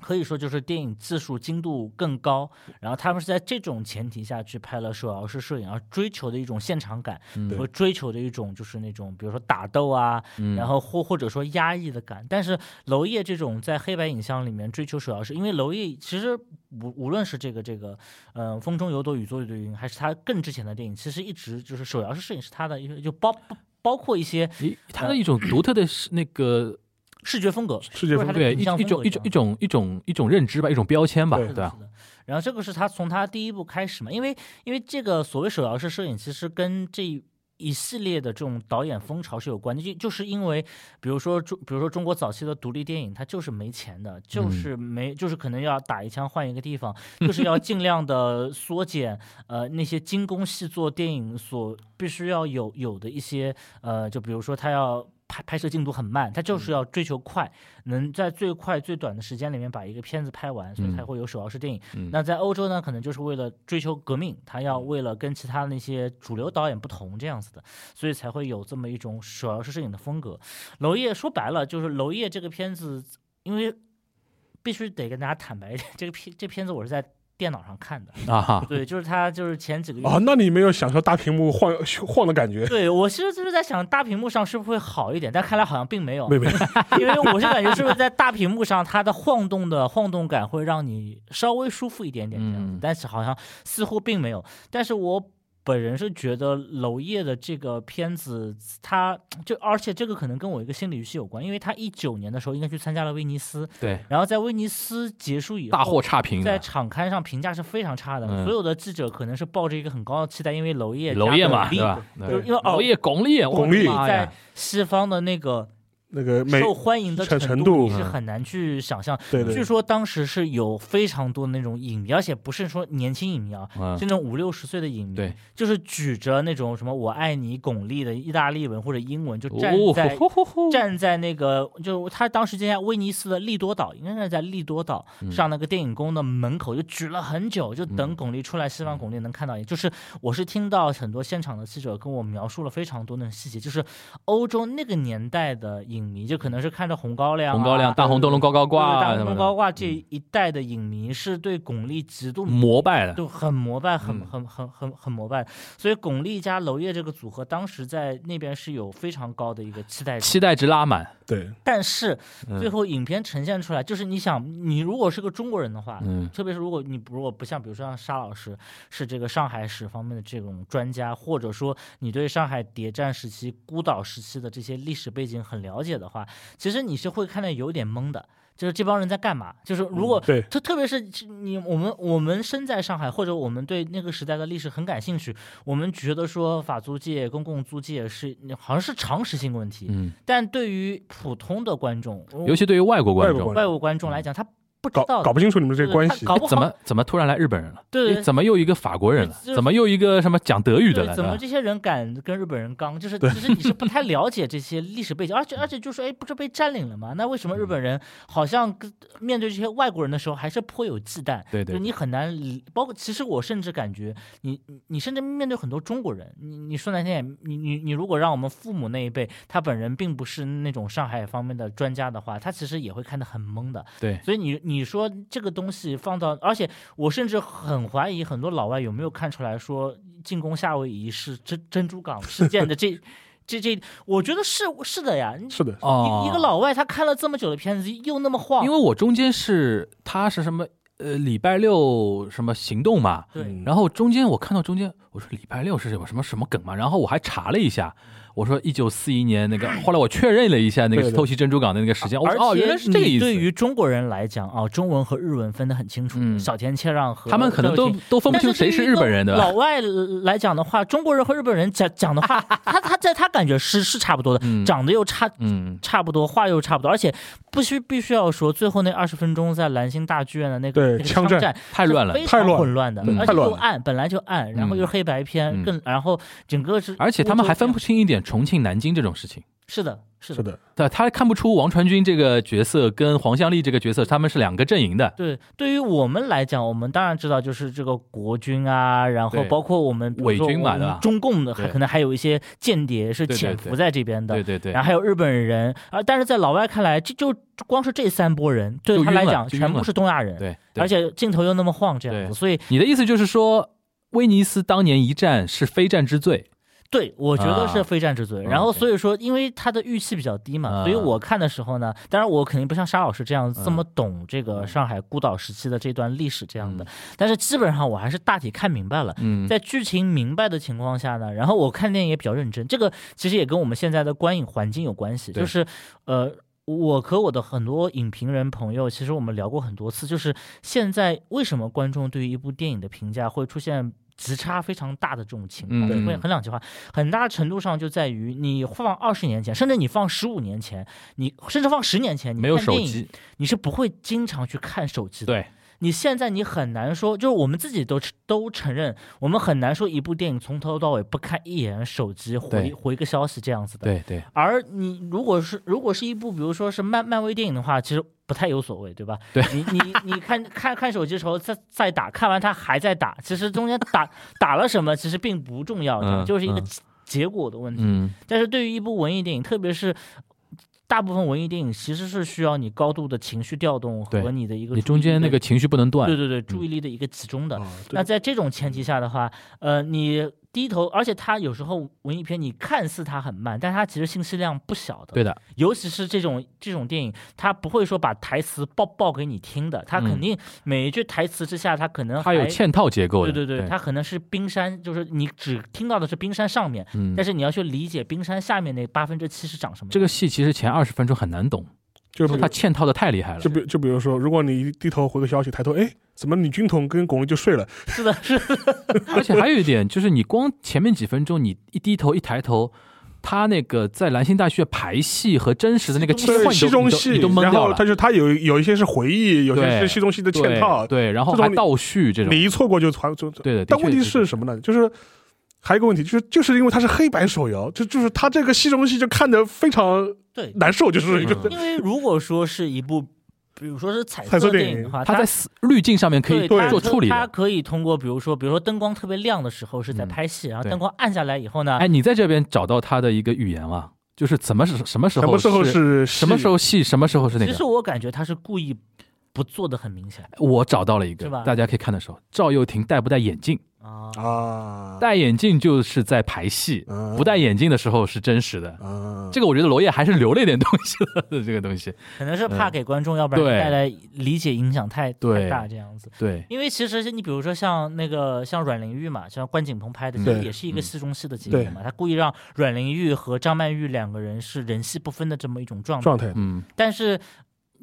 可以说就是电影技术精度更高，然后他们是在这种前提下去拍了手摇式摄影，而追求的一种现场感
嗯
和追求的一种就是那种比如说打斗啊，
嗯，
然后或或者说压抑的感。但是娄烨这种在黑白影像里面追求手摇式，因为娄烨其实无无论是这个这个，呃，风中有朵雨做雨的云，还是他更之前的电影，其实一直就是手摇式摄影是他的一个就包包括一些
咦它
呃
的一种独特的是那个
视觉风格，
世界
或
风
者它的
对
影
一
像
一
风
种
格
一种
这
一
样
种一种一种认知吧，一种标签吧，
对
对
是的
吧？
是的然后这个是他从他第一部开始嘛，因为因为这个所谓手摇式摄影，其实跟这一系列的这种导演风潮是有关的，就就是因为比如说中比如说中国早期的独立电影，它就是没钱的，
嗯
就是没就是可能要打一枪换一个地方，就是要尽量的缩减呃那些精工细作电影所必须要有有的一些呃，就比如说他要。拍拍摄进度很慢，他
嗯
就是要追求快，能在最快最短的时间里面把一个片子拍完，所以才
嗯
会有手摇式电影。
嗯
那在欧洲呢，可能就是为了追求革命，他要为了跟其他那些主流导演不同这样子的，所以才会有这么一种手摇式摄影的风格。娄烨说白了就是娄烨这个片子，因为必须得跟大家坦白一 点，这个片这片子我是在电脑上看 的，
啊哈，
对，就是他就是前几个月
啊，那你没有享受大屏幕晃晃的感觉？
对我其实就是在想大屏幕上是不是会好一点，但看来好像并没有，
妹 妹，
因为我是感觉是不是在大屏幕上它的晃动的晃动感会让你稍微舒服一点点这样子，
嗯
但是好像似乎并没有。但是我本人是觉得娄烨的这个片子，他就而且这个可能跟我一个心理预期有关，因为他一九年的时候应该去参加了威尼斯，
对，
然后在威尼斯结束以后
大获差评
在
啊，
场刊上评价是非常差的，
嗯
所有的记者可能是抱着一个很高的期待，因为娄烨
娄烨
加
嘛，
巩俐
对吧？
就是因为
娄
哦
烨巩俐，我
巩俐
妈
在
呀
西方的那个
那个美，
受欢迎的
程
程
程度
你是
嗯
很难去想象。
对对
据说当时是有非常多那种影迷，而且不是说年轻影迷啊，
嗯
是那种五六十岁的影迷，
对，
就是举着那种什么“我爱你”巩俐的意大利文或者英文，就站
哦
在、
呼呼呼呼
站在那个，就他当时在威尼斯的利多岛，应该是在利多岛
嗯
上那个电影宫的门口，就举了很久，就等巩俐出来，希望巩俐能看到你。就是我是听到很多现场的记者跟我描述了非常多那种细节，就是欧洲那个年代的影迷，就可能是看着红高粱、
红高粱、大红灯笼高高挂
对
啊
啊大
什么
红
的
高挂这一代的影迷是对巩俐极度
膜拜的，
就很膜拜，很
嗯
很很很很膜拜，所以巩俐加娄烨这个组合，当时在那边是有非常高的一个期待值。
期待值拉满，
对，
但是
嗯
最后影片呈现出来，就是你想，你如果是个中国人的话，
嗯
特别是如果你如果不像比如说像沙老师是这个上海史方面的这种专家，或者说你对上海谍战时期、孤岛时期的这些历史背景很了解的话，其实你是会看得有点懵的。就是这帮人在干嘛？就是
嗯
如果
对
特特别是你我们我们身在上海，或者我们对那个时代的历史很感兴趣，我们觉得说法租界、公共租界是好像是常识性问题，
嗯，
但对于普通的观众，
尤其对于外国观
外国
众
观，
外国观众来讲，他不知
搞
道
搞不清楚你们这
对
关
他
系，
搞不好
怎么怎么突然来日本人了？
对
诶怎么又一个法国人了
就？是
怎么又一个什么讲德语的
对
来
怎么
了？
这些人敢跟日本人刚？就是其实你是 不太了解这些历史背景，而且而且就是哎，不是被占领了吗？那为什么日
嗯
本人好像跟面对这些外国人的时候还是颇有忌惮？
对对
就你很难理，包括其实我甚至感觉你你你甚至面对很多中国人，你你说难听点，你你你如果让我们父母那一辈，他本人并不是那种上海方面的专家的话，他其实也会看得很懵的。
对，
所以你你说这个东西放到，而且我甚至很怀疑很多老外有没有看出来说进攻夏威夷是珍珍珠港事件 的这这这，我觉得是是的呀。你
是的，
哦
一，一个老外他看了这么久的片子，又那么晃，
因为我中间是他是什么呃礼拜六什么行动嘛，
嗯
对，
然后中间我看到中间，我说礼拜六是有什么什么梗嘛？然后我还查了一下，我说一九四一年那个，后来我确认了一下那
对
个
对
偷袭珍珠港的那个时间，我
而
说哦，原来
且
是这个
你
意
对
思。
于中国人来讲啊，中文和日文分得很清楚，
嗯
小田切让和
他们可能都
赵又廷
都分不清
但
谁是
对于一
日
个
本人，对吧
老？外来讲的话，中国人和日本人讲 讲的话，他他在他感觉是是差不多的，
嗯
长得又差
嗯，
差不多，话又差不多，而且必须必须要说，最后那二十分钟在兰心大剧院的那
对
个那个
枪
枪
战
太乱了
非
太
常
乱了
混乱的
嗯，
太
而且
乱
又
了
暗，本来就暗，然后又黑白
嗯
片，更然后整个是，
而且他们还分不清一点重庆、南京这种事情。
是的，是
是
的。
的，
对，他看不出王传君这个角色跟黄向立这个角色，他们是两个阵营的。
对，对于我们来讲，我们当然知道，就是这个国军啊，然后
对
包括我们比如
伪
说
军嘛
我
对
们
吧
中共的还
对
可能还有一些间谍是
对对
潜
对
伏在这边的，
对对对
然，后还有日本人啊，但是在老外看来，这就光是这三波人对
就
他
晕
来
了
讲，
就
全
晕
部
了
是东亚人，
对，对
而且镜头又那么晃，这样
对
子，所以
你的意思就是说，威尼斯当年一战是非战之罪。
对，我觉得
啊
是非战之罪。
嗯
然后
，OK
所以说，因为他的预期比较低嘛，
啊
所以我看的时候呢，当然我肯定不像沙老师这样
嗯
这么懂这个上海孤岛时期的这段历史这样的，
嗯
但是基本上我还是大体看明白了。
嗯，
在剧情明白的情况下呢，然后我看电影也比较认真，这个其实也跟我们现在的观影环境有关系，
对
就是呃。我和我的很多影评人朋友，其实我们聊过很多次，就是现在为什么观众对于一部电影的评价会出现极差非常大的这种情况，
嗯
会很两极化，很大程度上就在于你放二十年前，甚至你放十五年前，你甚至放十年前，你
没有
看
手
电影
机，
你是不会经常去看手机的。
对，
你现在你很难说，就是我们自己都都承认，我们很难说一部电影从头到尾不看一眼手机
对
回回个消息这样子的。
对对，
而你如果是如果是一部比如说是漫漫威电影的话，其实不太有所谓，对吧？
对
你你你看 看看手机的时候再再打，看完它还在打，其实 中间打打了什么其实并不重要，
嗯
就是一个
嗯
结结果的问题。
嗯，
但是对于一部文艺电影，特别是呃大部分文艺电影其实是需要你高度的情绪调动
对
和你的一个
你中间那个情绪不能断
对。对对注意力的一个集中的。
啊，
那
对，
在这种前提下的话，呃，你低头，而且它有时候文艺片你看似它很慢，但它其实信息量不小的。
对的，
尤其是这种这种电影，它不会说把台词报报给你听的，它
嗯
肯定每一句台词之下，它可能
它有
还
嵌套结构的。
对对对，它可能是冰山，就是你只听到的是冰山上面，
嗯
但，是你要去理解冰山下面那八分之七是长什么样。
这个戏其实前二十分钟很难懂，
就比
它嵌套的太厉害了
就。比就比如说，如果你低头回个消息，抬头哎，怎么李军统跟巩俐就睡了？
是的，是的，
而且还有一点就是，你光前面几分钟，你一低头一抬头，他那个在兰心大学排戏和真实的那个切换，
对，
你都
戏中
你都
戏
你都，懵
然
掉
后
了
他。就他有有一些是回忆，有些
对
是戏中戏的嵌套
对，对，然后还倒叙这种，
你一错过就传就。
对的。的
但
确
问题
这
是
种，
什么呢？就是还有一个问题，就是就是因为它是黑白手游，就就是它这个戏中戏就看得非常
对，
难受，就是
嗯
就是
因为如果说是一部，比如说是彩
彩色
色
电
电
影
影的话，
他在死滤镜上面可以
对它
做
可
处理
它
的。
可以通过比如说，比如说灯光特别亮的时候是在
嗯
拍戏，然后
对
灯光暗下来以后呢，
哎，你在这边找到他的一个语言了，就是怎么是什么时
什
候
么时候
是
是
什么时候戏，什么时候是那
其
个
实。我感觉他是故意不做的很明显
我找到了一
是
个
吧，
大家可以看的时候，赵又廷戴不戴眼镜？
啊。
啊？
戴眼镜就是在排戏，
啊
不戴眼镜的时候是真实的。
啊，
这个我觉得罗烨还是留了一点东西的，这个东西。
可能是怕给观众，要不
嗯对
然带来理解影响太
对
太大这样子。
对，
因为其实你比如说像那个像阮玲玉嘛，像关锦鹏拍的，
嗯
其实也是一
对嗯
个戏中戏的结
对
果嘛。他故意让阮玲玉和张曼玉两个人是人戏不分的这么一种状态。
状态
嗯，
但是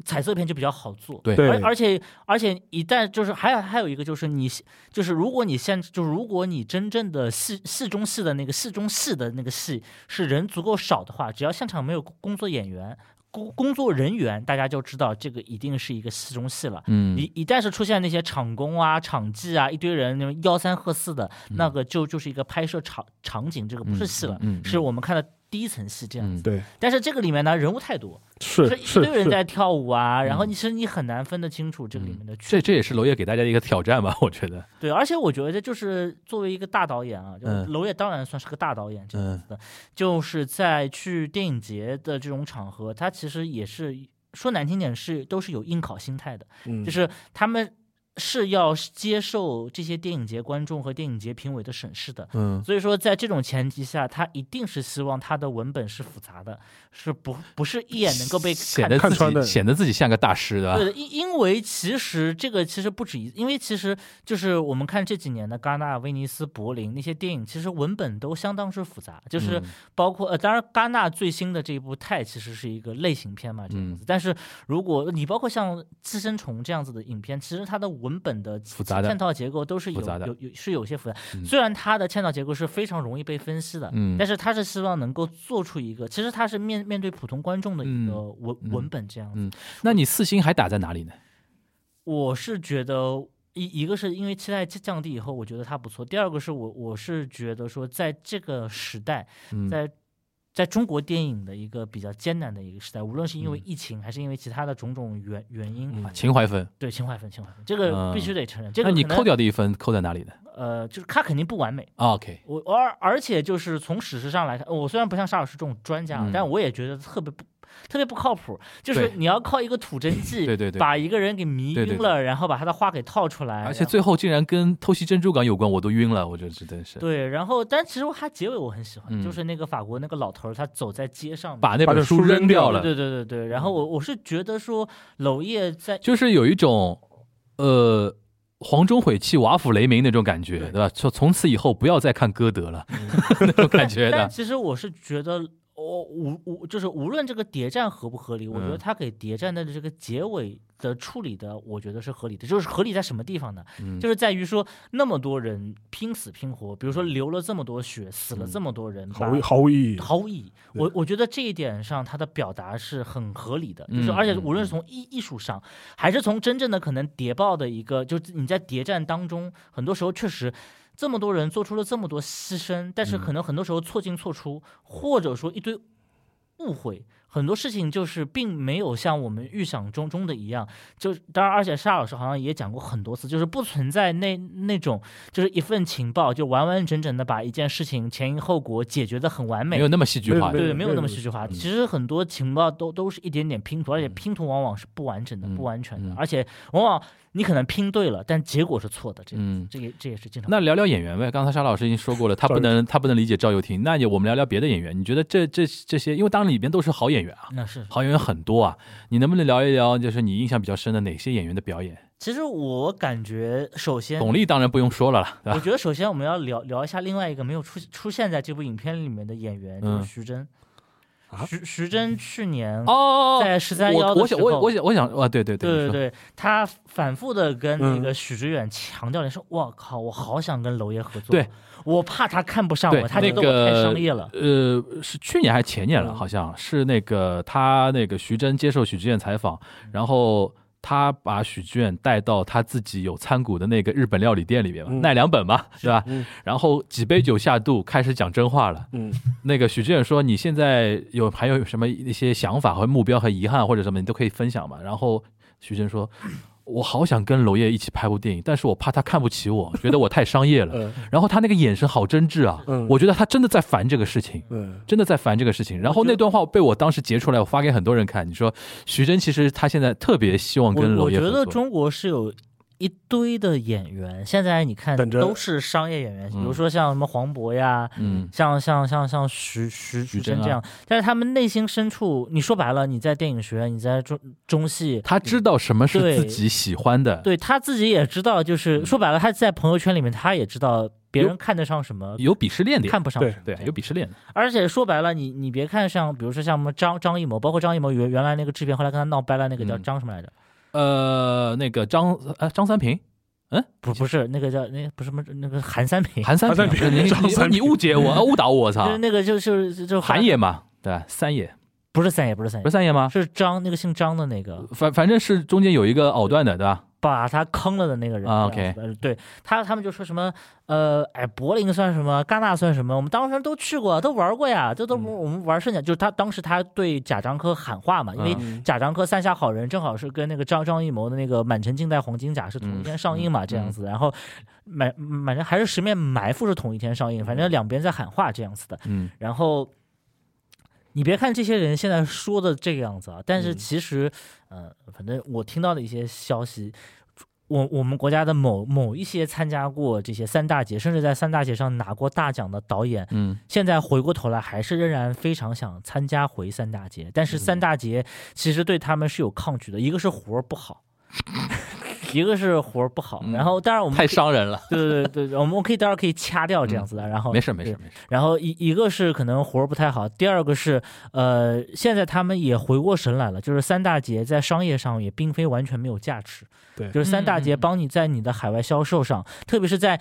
彩色片就比较好做。
对
对
而而且而且一旦就是还有还有一个就是你就是如果你现就是如果你真正的戏戏中戏的那个戏中戏的那个戏是人足够少的话，只要现场没有工工作演员。工工作人员，大家就知道这个一定是一个戏中戏了。
嗯，
一一旦是出现那些场工啊、场记啊，一堆人那种吆三喝四的，那个就就是一个拍摄场场景，这个不是戏了，
嗯嗯嗯嗯
是我们看的第一层戏这样
嗯
子。
对，
但是这个里面呢，人物太多，
是
一
是
堆人
是，
在跳舞啊，然后你其实你很难分得清楚这个里面的
嗯
区
这这也是娄烨给大家的一个挑战吧，我觉得。
对，而且我觉得就是作为一个大导演啊，就
嗯
娄烨当然算是个大导演这样
嗯
子的，就是在去电影节的这种场合，他其实也是说难听点是都是有应考心态的，
嗯
就是他们是要接受这些电影节观众和电影节评委的审视的。
嗯
所以说，在这种前提下，他一定是希望他的文本是复杂的，是不不是一眼能够被
显
看
得
看
自
穿
己
的
显得自己像个大师的
对，的，因因为其实这个其实不止一，因为其实就是我们看这几年的戛纳、威尼斯、柏林那些电影，其实文本都相当之复杂，
嗯
就是包括、呃，当然戛纳最新的这一部《泰》其实是一个类型片嘛，这
嗯
样子。但是如果你包括像《寄生虫》这样子的影片，其实它的文本的
复杂的
嵌套结构都是有
复杂的
有有是有些复杂，
嗯
虽然它的嵌套结构是非常容易被分析的，
嗯
但是它是希望能够做出一个，其实它是面面对普通观众的一个
嗯
文、
嗯
文本这样子。
嗯那你四星还打在哪里呢？
我是觉得一一个是因为期待降低以后，我觉得它不错；第二个是我我是觉得说，在这个时代，
嗯
在在中国电影的一个比较艰难的一个时代，无论是因为
嗯
疫情还是因为其他的种种原原因，
啊情怀分。
对情怀分情怀分，这个必须得承认。嗯这
嗯
个
那你
可能
扣掉的一分扣在哪里呢
呃，就是它肯定不完美。
啊？OK，
我而而且就是从史实上来看，我虽然不像沙老师这种专家，啊
嗯
但我也觉得特别不特别不靠谱。就是
对
你要靠一个吐真剂，
对对对
把一个人给迷晕了，
对对
然后把他的话给套出来，
而且
然后
最后竟然跟偷袭珍珠港有关，我都晕了，我觉得这真是。
对，然后但其实他结尾我很喜欢，
嗯
就是那个法国那个老头儿，他走在街上，
把那
把
本
这书
书
扔
扔
掉
掉
了
了，嗯
对对对对，然后我我是觉得说娄烨在
就是有一种呃黄钟毁弃、瓦釜雷鸣那种感觉，对吧？从从此以后不要再看歌德了， 那种感觉
嗯但
的。
其实我是觉得，我无无就是无论这个谍战合不合理，我觉得
嗯
他给谍战的这个结尾的处理的，我觉得是合理的。就是合理在什么地方呢？
嗯
就是在于说那么多人拼死拼活，比如
嗯
说流了这么多血，死了这么多人，
毫
把
无毫无意义。
毫无意义。我我觉得这一点上，他的表达是很合理的，就
嗯
是而且
嗯
无论是从艺艺术上，还是从真正的可能谍报的一个，就是你在谍战当中，很多时候确实。这么多人做出了这么多牺牲，但是
嗯
可能很多时候错进错出，或者说一堆误会，很多事情就是并没有像我们预想中中的一样。就是当然，而且沙老师好像也讲过很多次，就是不存在那那种就是一份情报就完完整整的把一件事情前因后果解决的很完美
没有，那么戏剧化
没有
的
对，没有那么
没有
戏剧化。其实很多情报都都是一点点拼图，而且拼图往往是不完整的、
嗯
不完全的
嗯，
而且往往你可能拼对了，但结果是错的。这
嗯
这也这也是经常。
那聊聊演员呗，刚才沙老师已经说过了，他不能他不能理解赵又廷，那也我们聊聊别的演员。你觉得这这这些，因为当然里边都是好演员啊，
那是，
好演员很多啊，你能不能聊一聊，就是你印象比较深的哪些演员的表演？
其实我感觉，首先，
巩俐当然不用说了啦，对
我
吧？
觉得首先我们要聊聊一下另外一个没有出出现在这部影片里面的演员，就
嗯
是徐峥
啊。
徐徐峥去年
哦哦，哦
在十三幺
我
的
我
时
想
候，
我我想我想啊，对对
对对
你说
对，他反复的跟那
嗯
个许知远强调了说：“我靠，我好想跟娄烨合作，
对
我怕他看不上
对
我，他
那
觉得我太
个
商业了。
呃，是去年还是前年了，
嗯
好像是那个他那个徐峥接受许知远采访，
嗯
然后他把许知远带到他自己有参股的那个日本料理店里面嘛，
嗯
奈良本嘛，对吧？
嗯
然后几杯酒下肚，开始讲真话了。
嗯，
那个许志远说：“你现在有还有什么一些想法和目标和遗憾或者什么，你都可以分享嘛。”然后许志远说：“我好想跟娄烨一起拍部电影，但是我怕他看不起我，觉得我太商业了。
嗯”
然后他那个眼神好真挚啊
嗯，
我觉得他真的在烦这个事情。
嗯，
真的在烦这个事情，然后那段话被我当时截出来，我发给很多人看。你说徐峥其实他现在特别希望跟
我
娄
我
烨
觉
合
得
作，
中国是有一堆的演员，现在你看
等着
都是商业演员，比
嗯
如说像什么黄渤呀，
嗯，
像像像像徐徐徐
峥
峥
啊
这样，但是他们内心深处，你说白了，你在电影学院，你在中中戏，
他知道什么是
对
自己喜欢的，嗯
对他自己也知道，就是说白了，他在朋友圈里面他也知道别人看得上什么，
有鄙视链的呀，
看不上
对
什么。
对，有鄙视链的，
而且说白了，你你别看像比如说像什么张张艺谋，包括张艺谋原原来那个制片，后来跟他闹掰了那个叫
嗯
张什么来着？
呃，那个张呃张三平，
不不是那个叫那不是什么那个韩三平，
韩三
韩三
平，
平
你
张三
你你
平
误解我，呃误导我，
就
操
是！那个就是就就
韩野嘛，对吧，三野
不是三爷不是三
不是
爷，
三啊呃野吗？
是张那个姓张的那个
反反正是中间有一个藕断的，对吧？
把他坑了的那个人
啊
这样子的对他他们就说什么呃哎柏林算什么，戛纳算什么，我们当时都去过，都玩过呀，这都不
嗯
我们玩剩下，就是他当时他对贾樟柯喊话嘛，因为
嗯
贾樟柯《三峡好人》正好是跟那个张张艺谋的那个《满城尽带黄金甲》是同一天上映
嗯
嘛，
嗯
这样子。然后满满城还是十面埋伏是同一天上映，反正两边在喊话这样子的。
嗯
然后你别看这些人现在说的这个样子啊，但是
嗯
其实，呃，反正我听到的一些消息。我我们国家的某某一些参加过这些三大节，甚至在三大节上拿过大奖的导演，
嗯
现在回过头来，还是仍然非常想参加回三大节，但是
嗯
三大节其实对他们是有抗拒的，一个是活儿不好， 一个是活儿不好，
嗯
然后当然我们
太
可以
伤人了，嗯
对对对对，我们可以待会儿可以掐掉这样子的，然后
没事没事
对
没事，
然后一一个是可能活儿不太好，第二个是呃，现在他们也回过神来了，就是三大节在商业上也并非完全没有价值。
对
就是三大
嗯
节
嗯嗯
帮你在你的海外销售上，特别是在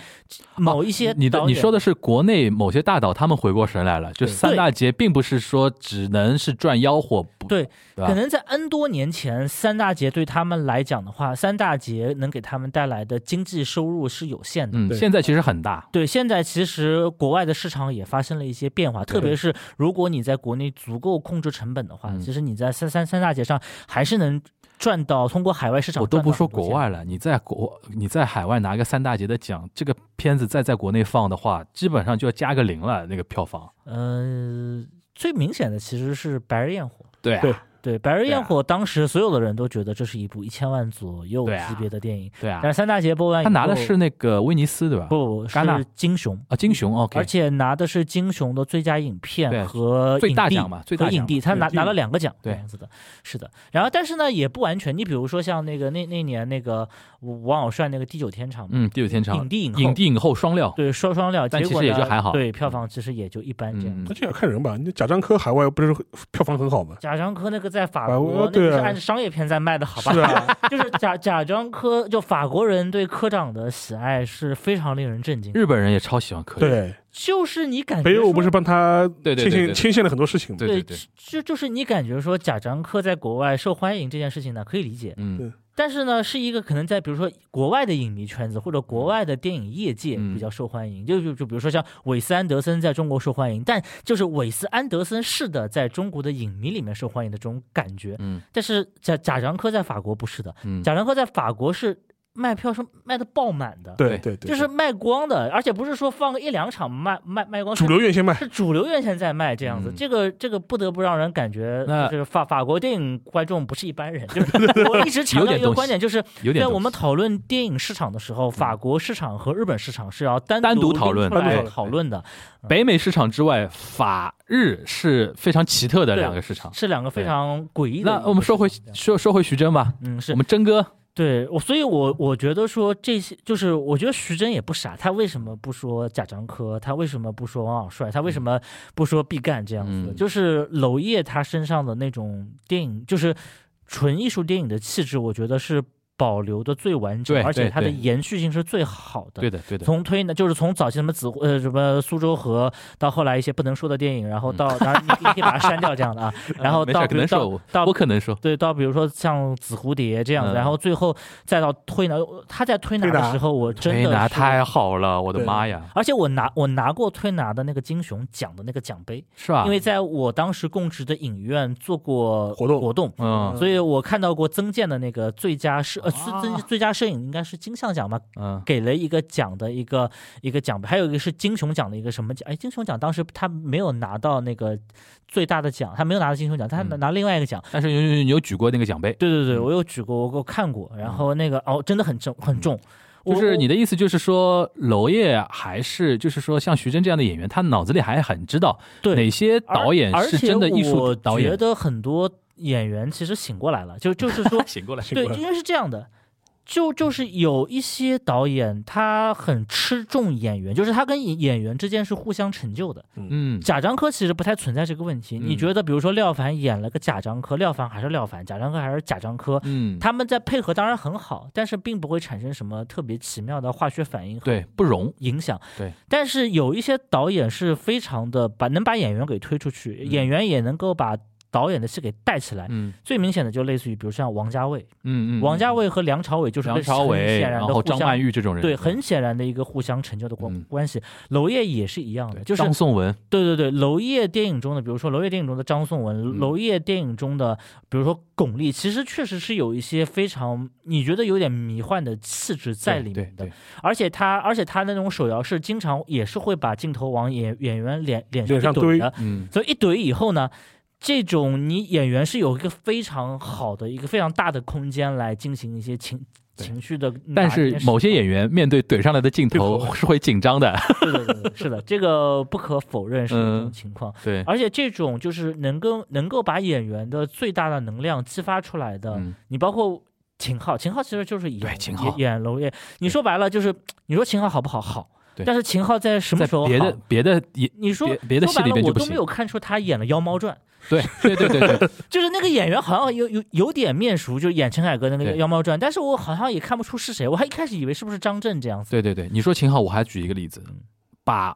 某一些、
你的你说
的。
的是国内某些大导他们回过神来了，就
对
三大节并不是说只能是赚吆喝，不
对
对吧
可能在 N 多年前，三大节对他们来讲的话，三大节能给他们带来的经济收入是有限的。
嗯，
对
现在其实很大，
对，现在其实国外的市场也发生了一些变化，特别是如果你在国内足够控制成本的话，
嗯
其实你在三三三大节上还是能赚到通过海外市场。
我都不说国，外了，你在国你在海外拿个三大节的奖，这个片子再在国内放的话，基本上就要加个零了，那个票房。
呃，最明显的其实是《白日焰火》。
对啊
对
对，《白日
对啊
焰火》当时所有的人都觉得这是一部一千万左右
对啊
级别的电影，
对啊
但，是三大节播完以
他
后，
拿的是那个威尼斯对吧？
不
戛纳
是金熊。
啊，金熊 OK，
而且拿的是金熊的最佳影
对
片和
最大
影帝
奖嘛最大
和
奖
影帝，他
对
拿
这个
拿了两个奖，
对
这样子的，是的。然后但是呢，也不完全。你比如说像那个那那年那个王小帅那个第九天长嘛，
嗯，地久天长，
影帝影后
影帝影后双料，
对双双料，
但
结
其
果
实也
呢
就还好
对票房其实也就一般这样。
嗯，
那这要看人吧。你贾樟柯海外不是票房很好吗？
贾樟柯那个在法
法
国
国，
那个
对
是
啊
按商业片在卖的，好吧？
是啊，
就是贾贾樟柯，就法国人对科长的喜爱是非常令人震惊的。
日本人也超喜欢柯以，
对，
就是你感觉
北
说
欧不是帮他
对对
牵
对对
线牵线了很多事情吗？
对对对，
就就是你感觉说贾樟柯在国外受欢迎这件事情呢，可以理解，
嗯
但是呢，是一个可能在比如说国外的影迷圈子或者国外的电影业界
嗯
比较受欢迎，就就就比如说像韦斯安德森在中国受欢迎，但就是韦斯安德森式的在中国的影迷里面受欢迎的这种感觉，
嗯
但是贾贾樟柯在法国不是的，
嗯，
贾樟柯在法国是卖票是卖的爆满的，
对对对，
就是卖光的，而且不是说放个一两场卖卖卖光，
主流院线卖。
是主流院线在卖这样子，
嗯
这个这个不得不让人感觉，
那
就是法法国电影观众不是一般人。就是我一直强调一个观点，就是
有点
在
东西嗯
我们讨论电影市场的时候，法国市场和日本市场是要单
单独
独
讨论
拎出来
单
独
讨论的，
北美市场之外，法日是非常奇特的
对
两个市场。
是两个非常诡异的一个市场。
那我们说回
这样
说说回徐峥吧，
嗯，是
我们真哥，
对我，所以我我觉得说这些，就是我觉得徐峥也不傻，他为什么不说贾樟柯？他为什么不说王小帅？他为什么不说毕赣这样子的？
嗯
就是娄烨他身上的那种电影，就是纯艺术电影的气质，我觉得是保留的最完整
对，
而且
对
它的
对
延续性是最好的。
对的对的，
从推呢，就是从早期什么紫呃什么苏州河，到后来一些不能说的电影，然后到然后你你可以把它删掉这样 的啊，然后
嗯没
到
事，可
比如
能
到
说
到
我可能说，
对，到比如说像紫蝴蝶这样子，
嗯
然后最后再到推拿，他在推拿
推
的
拿
时候，我真
推
的
拿
是，
哎太好了，我的
对
妈呀，
而且我拿我拿过推拿的那个金熊奖的那个奖杯，
是吧？
因为在我当时供职的影院做过
活动
活动。
嗯
所以我看到过曾健的那个最佳摄呃
啊
最最佳摄影应该是金像奖吧，
嗯
给了一个奖的一个一个奖杯，还有一个是金熊奖的一个什么奖？哎，金熊奖当时他没有拿到那个最大的奖，他没有拿到金熊奖，他拿
嗯
拿另外一个奖，
但是你你有举过那个奖杯，
对对对，
嗯
我有举过，我我看过，然后那个哦，真的很重很重，我
就是你
的
的意思就是说，娄烨还是就是说像徐峥这样的演员，他脑子里还很知道哪
对
些导演
而
是真的艺
而且
术
我
导
觉
演。
得很多演员其实醒过来了，就就是说
醒过来，嗯
对，应该是这样的。就就是有一些导演他很吃重演员，就是他跟演演员之间是互相成就的。
嗯，
贾樟柯其实不太存在这个问题。你
嗯
觉得，比如说廖凡演了个贾樟柯，廖凡还是廖凡，贾樟柯还是贾樟柯，
嗯，
他们在配合当然很好，但是并不会产生什么特别奇妙的化学反应和
对不容，
影响。
对，
但是有一些导演是非常的把能把演员给推出去，
嗯
演员也能够把导演的戏给带起来。
嗯
最明显的就类似于，比如像王家卫，
嗯嗯，
王家卫和梁朝伟就是
梁朝伟，
很显然
然
的
后
互
张
相
曼。玉这种人，
对，很显然的一个互相成就的关
嗯
关系，娄烨也是一样的，
对
就是
张颂文，
对对对，娄烨电影中的，比如说娄烨电影中的张颂
嗯
文，娄烨电影中的，比如说巩俐，其实确实是有一些非常你觉得有点迷幻的气质在里
对
面的
对，，
而且他而且他那种手摇式，经常也是会把镜头往演演员脸脸
脸上
上一怼
堆
的，
嗯
所以一怼以后呢。这种你演员是有一个非常好的一个非常大的空间来进行一些情
对
情绪的拿捏，
但是某些
演
演员面对怼上来的镜头 是会紧张的，
对对对对是的，这个不可否认是一种
嗯
情况。
对，
而且这种就是能够能够把演员的最大的能量激发出来的，
嗯
你包括秦昊，秦昊其实就是演
对秦昊
演演娄烨，你说白了就是你说秦昊好不好好，
对
但是秦昊在什么
在
时候
别
好
的？别的也
你说
别别的戏
说白
里
了
边，就
我
不
都
行
没有看出他演了《妖猫传
对对对对对，》，
就是那个演员好像有有有点面熟，就是演陈凯歌那个《
对
妖猫传》，但是我好像也看不出是谁，我还一开始以为是不是张震这样子。
对对对，你说秦昊，我还举一个例子
嗯，
把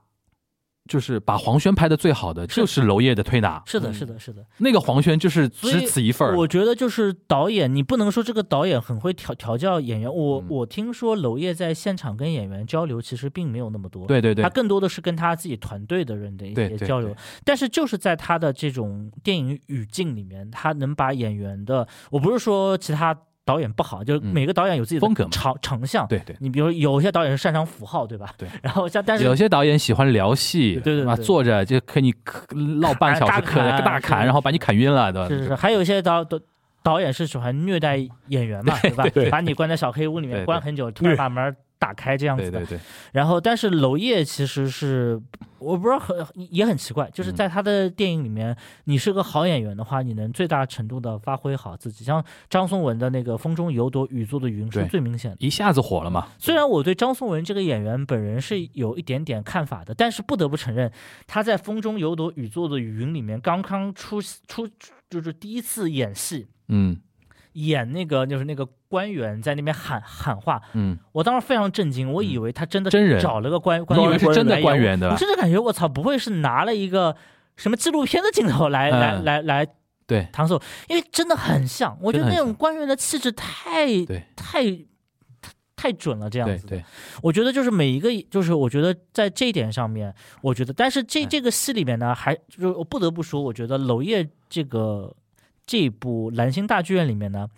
就是把黄轩拍的最好 的就是娄烨的推拿，
是的，
嗯
是的，是的。
那个黄轩就是
所
只
以
此一份儿，
我觉得就是导演，你不能说这个导演很会调调教演员。我、
嗯
我听说娄烨在现场跟演员交流，其实并没有那么多。。
对对对
他，更多的是跟他自己团队的人的一
对
些
对
交流
对，
但是就是在他的这种电影语境里面，他能把演员的，我不是说其他导演不好，就是
嗯
每个导演有自己的
风格嘛
长长项。
对对。
你比如说有些导演是擅长符号，对吧？
对。
然后像但是
有些导演喜欢聊戏，
对对对
啊，
对
坐着就跟你磕唠半小时
砍
嗑，
大砍
大
是
砍，然后把你砍晕了，对吧？
是是是，还有一些导导导演是喜欢虐待演 员嘛，对吧？
对
把你关在小黑屋里面
对
关很久，突然把门打开这样
对
子的
对。对，
然后，但是娄烨其实是我不是很也很奇怪，就是在他的电影里面，你是个好演员的话，你能最大程度的发挥好自己。像张颂文的那个《风中有朵雨做的云》是
对
最明显的。
一下子火了嘛，
虽然我对张颂文这个演员本人是有一点点看法的，但是不得不承认，他在《风中有朵雨做的云》里面刚刚出出就是第一次演戏，
嗯
演那个就是那个官员在那边喊喊话，
嗯，
我当时非常震惊，我以为他真的
真人
找了个官官
你以为
员，
是真的官员对
我
吧？
甚至感觉我操，不会是拿了一个什么纪录片的镜头来、来
嗯
来来
对
搪塞我，因为真的很像，我觉得
真的很
那
像
种官员的气质太
对
太太太准了，这样
对
子。
对，
我觉得就是每一个，就是我觉得在这一点上面，我觉得，但是这
嗯
这个戏里面呢，还就是我不得不说，我觉得娄烨这个这一部《蓝星大剧院》里面呢。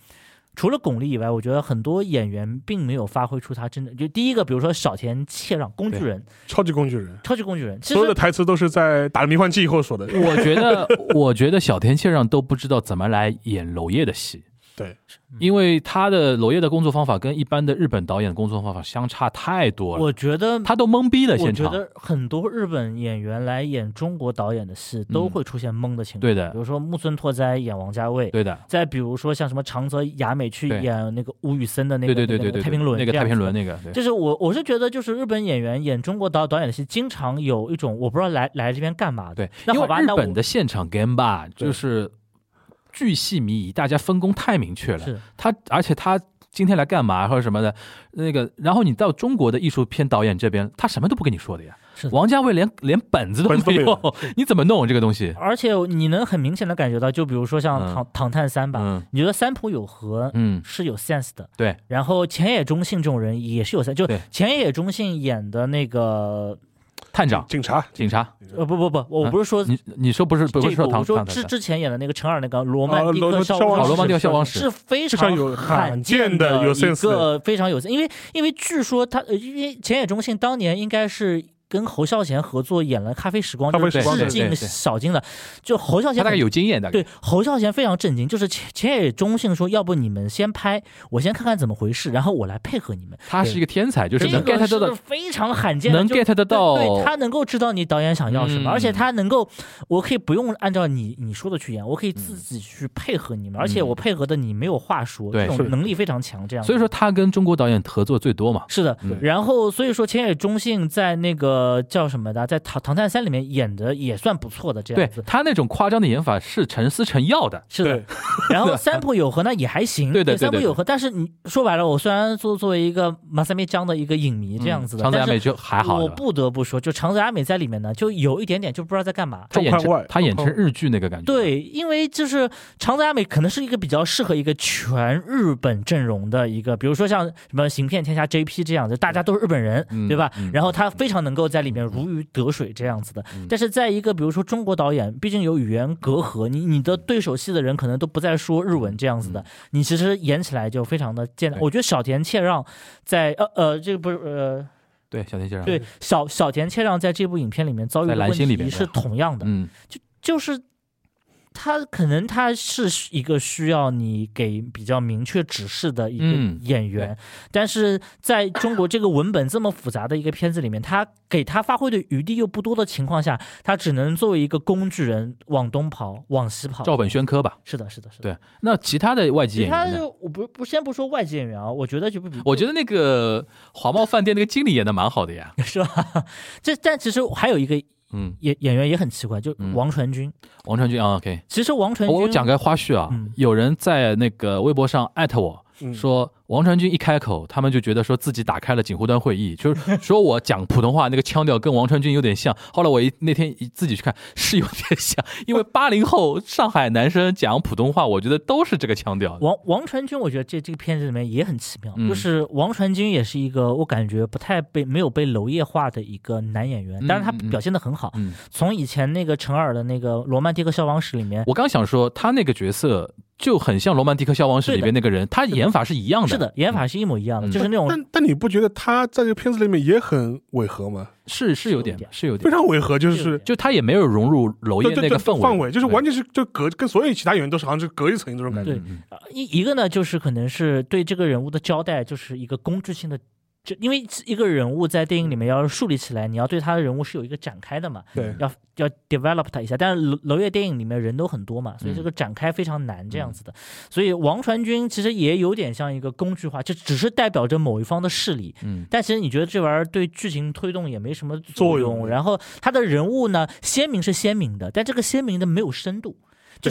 除了巩俐以外，我觉得很多演员并没有发挥出他真的就第一个，比如说小田切让，工具人，
超级工具人，
超级工具人。其
所有的
实
台词都是在打了迷幻剂以后说的。
我觉得，我觉得小田切让都不知道怎么来演娄烨的戏。
对，
因为他的娄烨的工作方法跟一般的日本导演的工作方法相差太多了，
我觉得，
他都懵逼了
我
现
觉
场。
得很多日本演员来演中国导演的戏都
嗯
会出现懵的情况。
对的
比如说木村拓哉演王家卫，
对的，
再比如说像什么长泽雅美去
对
演那个吴宇森的那
对对
个
对
那
对
个
对，
太平轮
那个
这样
太
子
平轮。那个，对
就是我，我是觉得，就是日本演员演中国导导演的戏，经常有一种我不知道来来这边干嘛的。
对，
那
因
好
为
吧，
日
那我
本的现场 game 吧，
对
就是巨细靡遗，大家分工太明确了。
是
他而且他今天来干嘛或者什么的，那个，然后你到中国的艺术片导演这边，他什么都不跟你说的呀。
是的
王家卫连连本子都
本子都
没
没有
有， 你怎么弄这个东西？
而且你能很明显的感觉到，就比如说像《
嗯
唐唐探三》吧，
嗯
你觉得三浦友和
嗯，
是有 sense 的，
对。
然后前野忠信这种人也是有 sense，就
对
前野忠信演的那个，
探长、
警察，
警察，
呃，不不不，我
啊
不是说
你你说不是不是
这个
说
我
唐
说
唐
之
探
之前演的那个陈尔那个罗曼
啊
蒂
罗
克
曼
消
消
亡
亡
史罗曼蒂克消亡史
是非
非常
常
有
罕
罕
见
见的有
一
sense 的
个非常有 sense，因为因为据说他呃，因为前野忠信当年应该是。跟侯孝贤合作演了《咖啡时光
咖》，啡
就是
时光
致
对对
敬
对
小金的。就侯孝
他
贤
大概
很
有经验，大概
对侯孝贤非常震惊，就是前前野忠信说，要不你们先拍，我先看看怎么回事，然后我来配合你们。
他是一个天才，就是
这
能
个
get
是
到的，
非常罕见的，
能
就
get 得到
对对他能够知道你导演想要什
嗯
么，而且他能够，我可以不用按照你你说的去演，我可以
嗯
自己去配合你们，而且我配合的你没有话说，
对
这
是
种能力非常强，这样子。
所以说他跟中国导演合作最多嘛。
是的
嗯，
然后所以说千野忠信在那个叫什么的，在《唐唐探三》里面演的也算不错的这
对
样子。
他那种夸张的演法是陈思诚要的，
是的，然后三浦友和呢也还行，
对的对的
三浦
对的
友和，但是你说白了，我虽然作作为一个马三米江的一个影迷这样子的，
嗯长泽雅
但
美
是
就还好
我
了。
不得不说，就长泽雅美在里面呢，就有一点点就不知道在干嘛。
他演
状况
成
外
他演成日剧那个感觉，，
对，因为就是长泽雅美可能是一个比较适合一个全日本阵容的一个，比如说像什么《行骗天下》JP 这样子，大家都是日本人，
嗯
对吧？
嗯
然后他非常能够在里面如鱼得水这样子的。但是在一个比如说中国导演，毕竟有语言隔阂，你你的对手戏的人可能都不再说日文这样子的，你其实演起来就非常的艰难。
嗯对
我觉得小田切让在呃呃这个不是呃
对小田切让，
对小小田切让在这部影片里面遭遇
啊在
的
蓝
问
心里
题
面
是同样的，
嗯，
就是他可能他是一个需要你给比较明确指示的一个
嗯
演员，但是在中国这个文本这么复杂的一个片子里面，他给他发挥的余地又不多的情况下，他只能作为一个工具人往东跑，往西跑。
照本宣科吧。
是的，是的，是的。
对，那其他的外籍
其
演
他
员呢？
就我不不先不说外籍演员啊，我觉得就不比
我觉得那个华茂饭店那个经理演的蛮好的 呀，
是吧？这但其实还有一个
嗯，
演演员也很奇怪，就
嗯
王传君。
王传君啊，OK，
其实王传君，
我我讲个花絮啊
嗯，
有人在那个微博上艾特我
嗯
说，王传君一开口，他们就觉得说自己打开了警湖端会议，就是 说我讲普通话那个腔调跟王传君有点像。后来我一那天一自己去看，是有点像，因为八零后上海男生讲普通话，我觉得都是这个腔调的。
王王传君，我觉得这这个片子里面也很奇妙，
嗯
就是王传君也是一个我感觉不太被没有被娄烨化的一个男演员，
嗯
但是他
嗯嗯
表现的很好。
嗯，
从以前那个陈耳的那个《罗曼蒂克消亡史》里面，
我刚想说他那个角色就很像《罗曼蒂克消亡史》里边那个人，他演法是一样的，
是的，演法是一模一样的，
嗯
就是那种
但但你不觉得他在这个片子里面也很违和吗？
是是有点
是有点
是有
非
点，
常违和，就
这个
是
点
就他也没有融入娄烨
对
那
对
个
对
氛围，
范围，就是
对
完全是就隔跟所有其他演员都是好像是隔一层这种感觉。
对
嗯嗯
呃一一个呢，就是可能是对这个人物的交代，就是一个工具性的。这因为一个人物在电影里面要树立起来，你要对他的人物是有一个展开的嘛，
对
要要 develop 他一下。但是娄娄烨电影里面人都很多嘛，
嗯
所以这个展开非常难这样子的。所以王传君其实也有点像一个工具化，就只是代表着某一方的势力。
嗯
但其实你觉得这玩意儿对剧情推动也没什么
作
作
用
然后他的人物呢，鲜明是鲜明的，但这个鲜明的没有深度，就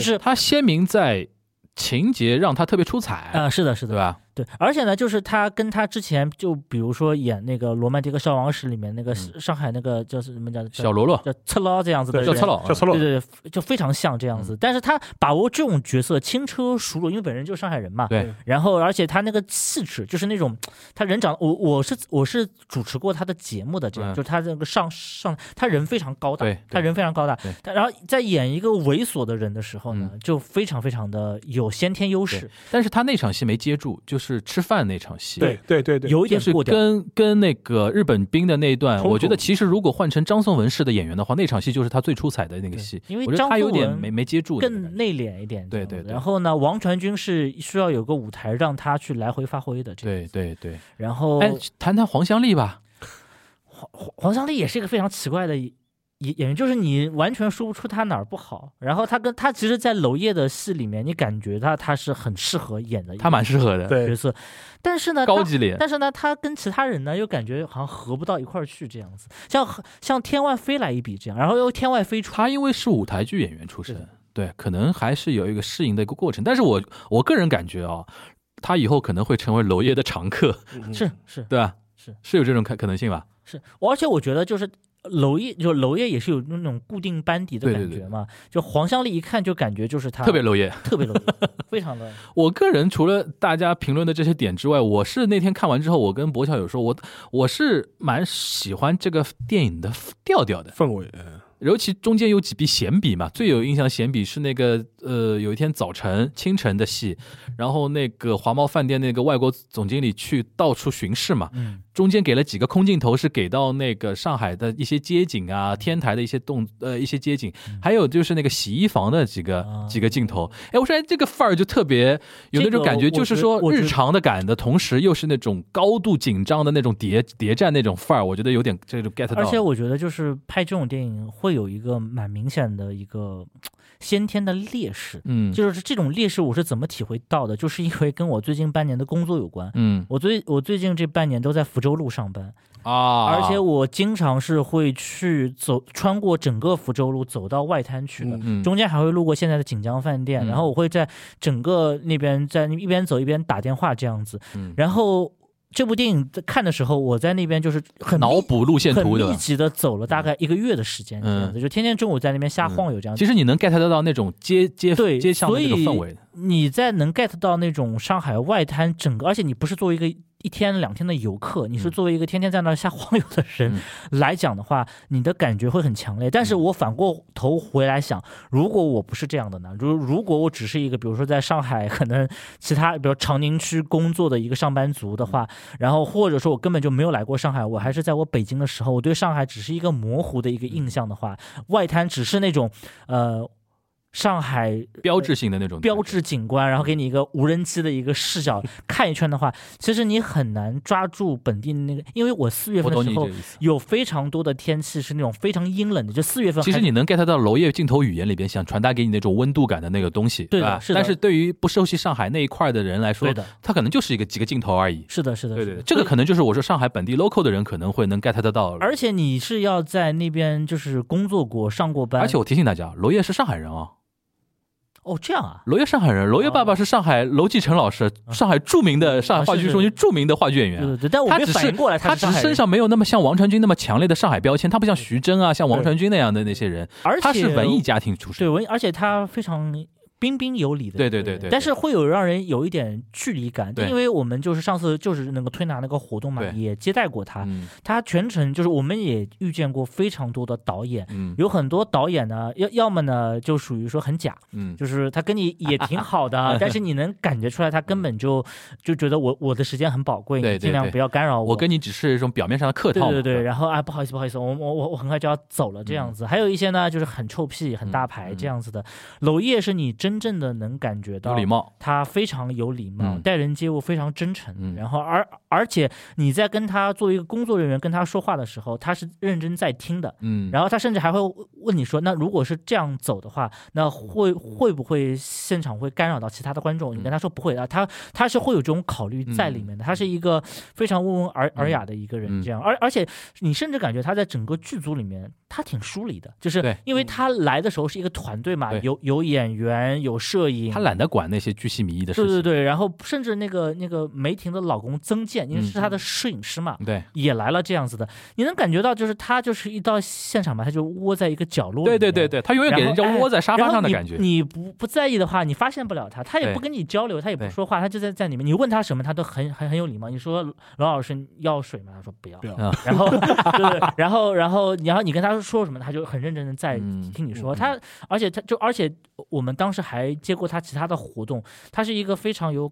对
是
他鲜明在情节让他特别出彩，
啊、是的，是的
对，吧？
对，而且呢，就是他跟他之前就比如说演那个《罗曼蒂克消亡史》里面那个上海那个叫什么叫
嗯小罗罗
叫侧捞这样子的
对
叫
人
侧老，
小赤佬
对对对，就非常像这样
嗯
子。但是他把握这种角色轻车熟路，因为本人就是上海人嘛。
对，
然后，而且他那个气质，就是那种他人长，我我是我是主持过他的节目的，这样、
嗯
就是他那个上上，他人非常高大
对对，
他人非常高大
对。嗯
他然后在演一个猥琐的人的时候呢，就非常非常的有先天优势，
但是他那场戏没接住，就是吃饭那场戏，
对对对对，
有
就
一点
是
过掉。
跟跟那个日本兵的那一段，
冲突
我觉得其实如果换成张颂文式的演员的话，那场戏就是他最出彩的那个戏，
对因为
我觉得他有点
张颂文
没没接住那个感觉，
更内敛一点，
对
这
对
样子
对
然后呢，王传君是需要有个舞台让他去来回发挥的，这样。
对对对。
然后
哎，谈谈黄香丽吧，
黄黄香丽也是一个非常奇怪的演演员，就是你完全说不出她哪儿不好。然后她跟她其实，在娄烨的戏里面，你感觉她她是很适合演的一
她
个
蛮适合的，
角
对
色，但是呢，
高
她
级脸，
但是呢，她跟其他人呢又感觉好像合不到一块儿去，这样子，像像天外飞来一笔这样，然后又天外飞出，
他因为是舞台剧演员出身
对，
对，可能还是有一个适应的一个过程。但是我我个人感觉啊、他以后可能会成为娄烨的常客，
是是
对吧？
是
是有这种可可能性吧？
是，我而且我觉得就是娄烨，就娄烨也是有那种固定班底的
对
感
对对
觉嘛，就黄香丽一看就感觉就是她
特别娄烨。
特别娄烨，非常的
我个人除了大家评论的这些点之外，我是那天看完之后，我跟博晓友说，我我是蛮喜欢这个电影的调调的，
氛围，
呃
嗯
尤其中间有几笔闲笔嘛，最有印象闲笔是那个呃，有一天早晨清晨的戏，然后那个华茂饭店那个外国总经理去到处巡视嘛，
嗯
中间给了几个空镜头，是给到那个上海的一些街景
嗯
啊、天台的一些动呃一些街景，还有就是那个洗衣房的几个
啊
几个镜头。哎，我说哎，这个范儿就特别有那
这
种
个
感觉，
我
就是
觉
说
我觉
日
得
常的感的同时，又是那种高度紧张的那种谍谍战那种范儿，我觉得有点这种 get 到了。
而且我觉得，就是拍这种电影会有一个蛮明显的一个先天的劣势，
嗯，
就是这种劣势我是怎么体会到的，就是因为跟我最近半年的工作有关。
嗯
我最我最近这半年都在福州路上班，
啊，
而且我经常是会去走穿过整个福州路走到外滩去的，
嗯
中间还会路过现在的锦江饭店，
嗯
然后我会在整个那边在一边走一边打电话这样子，
嗯
然后。这部电影在看的时候，我在那边就是很
脑补路线
很
图对
密
吧？嗯
集的走了大概一个月的时间，这样子、就天天中午在那边瞎晃悠这样子。
其实你能 get 得到那种街街
啊对
街巷的那种
所以呃
氛围的，
你在能 get 到那种上海外滩整个，而且你不是作为一个一天两天的游客，你是作为一个天天在那儿瞎晃悠的人、 来讲的话，你的感觉会很强烈。但是我反过头回来想，如果我不是这样的呢？如如果我只是一个，比如说在上海可能其他，比如长宁区工作的一个上班族的话，然后或者说我根本就没有来过上海，我还是在我北京的时候，我对上海只是一个模糊的一个印象的话，外滩只是那种呃。上海
标志性的那种
标志景观，然后给你一个无人机的一个视角看一圈的话， 其实你很难抓住本地那个，因为我四月
我
份的
懂你
时
这
候
个意思。
有非常多的天气是那种非常阴冷的，就四月 份还。
其实你能 get 到娄烨镜头语言里边想传达给你那种温度感的那个东西，
对的
吧？
是的
但是对于不熟悉上海那一块的人来说
对的，
他可能就是一个几个镜头而已。
是的，是的，
对
是
对，
的
对这个可能就是我说上海本地 local 的人可能会能 get 得到。
而且你是要在那边就是工作过、上过班，
而且我提醒大家，娄烨是上海人啊，
哦这样啊，
娄烨上海人，娄烨爸爸是上海娄继承老师，
哦
上海著名
嗯
的上海
啊
话剧中心著名的话剧演
对对
员。
对，但我
他
没
啊只
反
是
应过来
他只
是上
是
海
身
人，
上没有那么像王传君那么强烈的上海标签，他不像徐峥啊，像王传君那样的那些人，
而且
他是文艺家庭出身
对。文，而且他非常彬彬有礼的，
对对对对
但是会有让人有一点距离感，
对
因为我们就是上次就是那个推拿那个活动嘛
对，
也接待过他，
嗯
他全程就是我们也遇见过非常多的导演，
嗯
有很多导演呢，要要么呢就属于说很假，
嗯，
就是 他跟你也挺好的，但是你能感觉出来他根本就就觉得我我的时间很宝贵，
对
你
对
尽量
对
不要干扰
我跟你只是一种表面上的客
对
套嘛。
哦对对，
吧，
然后啊，不好意思，不好意思，我我我我很快就要走了这样子。还有一些呢，就是很臭屁、很大牌
嗯
这样子的。娄烨是你真正的能感觉到
有礼貌。
他非常有礼貌，
嗯
待人接物非常真诚。
嗯
然后而而且你在跟他作为一个工作人员跟他说话的时候，他是认真在听的。
嗯，
然后他甚至还会问你说：“那如果是这样走的话，那会会不会现场会干扰到其他的观众？”你
嗯
跟他说不会啊，他他是会有这种考虑在里面的。他是一个非常温文尔尔雅的一个
嗯
人，这样，而而且你甚至感觉他在整个剧组里面他挺疏离的，就是
对嗯
因为他来的时候是一个团队嘛，
对
有有演员，有摄影
他。懒得管那些巨细靡遗的事
对对
情。
对，然后甚至那个那个梅婷的老公曾健，因为
嗯
是他的摄影师嘛，
对
也来了这样子的，你能感觉到就是他就是一到现场吧，他就窝在一个角落里
对
面。
对对对，他永远给人家窝在沙发
然后
上
你
的感觉。
你不不在意的话，你发现不了他，他也
对
不跟你交流，他也不
对
说话，他就在在里面。你问他什么，他都很很很有礼貌。你说罗老师要水吗？他说不要
不要。
啊
然后对，然后然后然后你跟他说什么，他就很认真的在
嗯
听你说。
嗯
他而且他就而且我们当时还接过他其他的活动，他是一个非常有。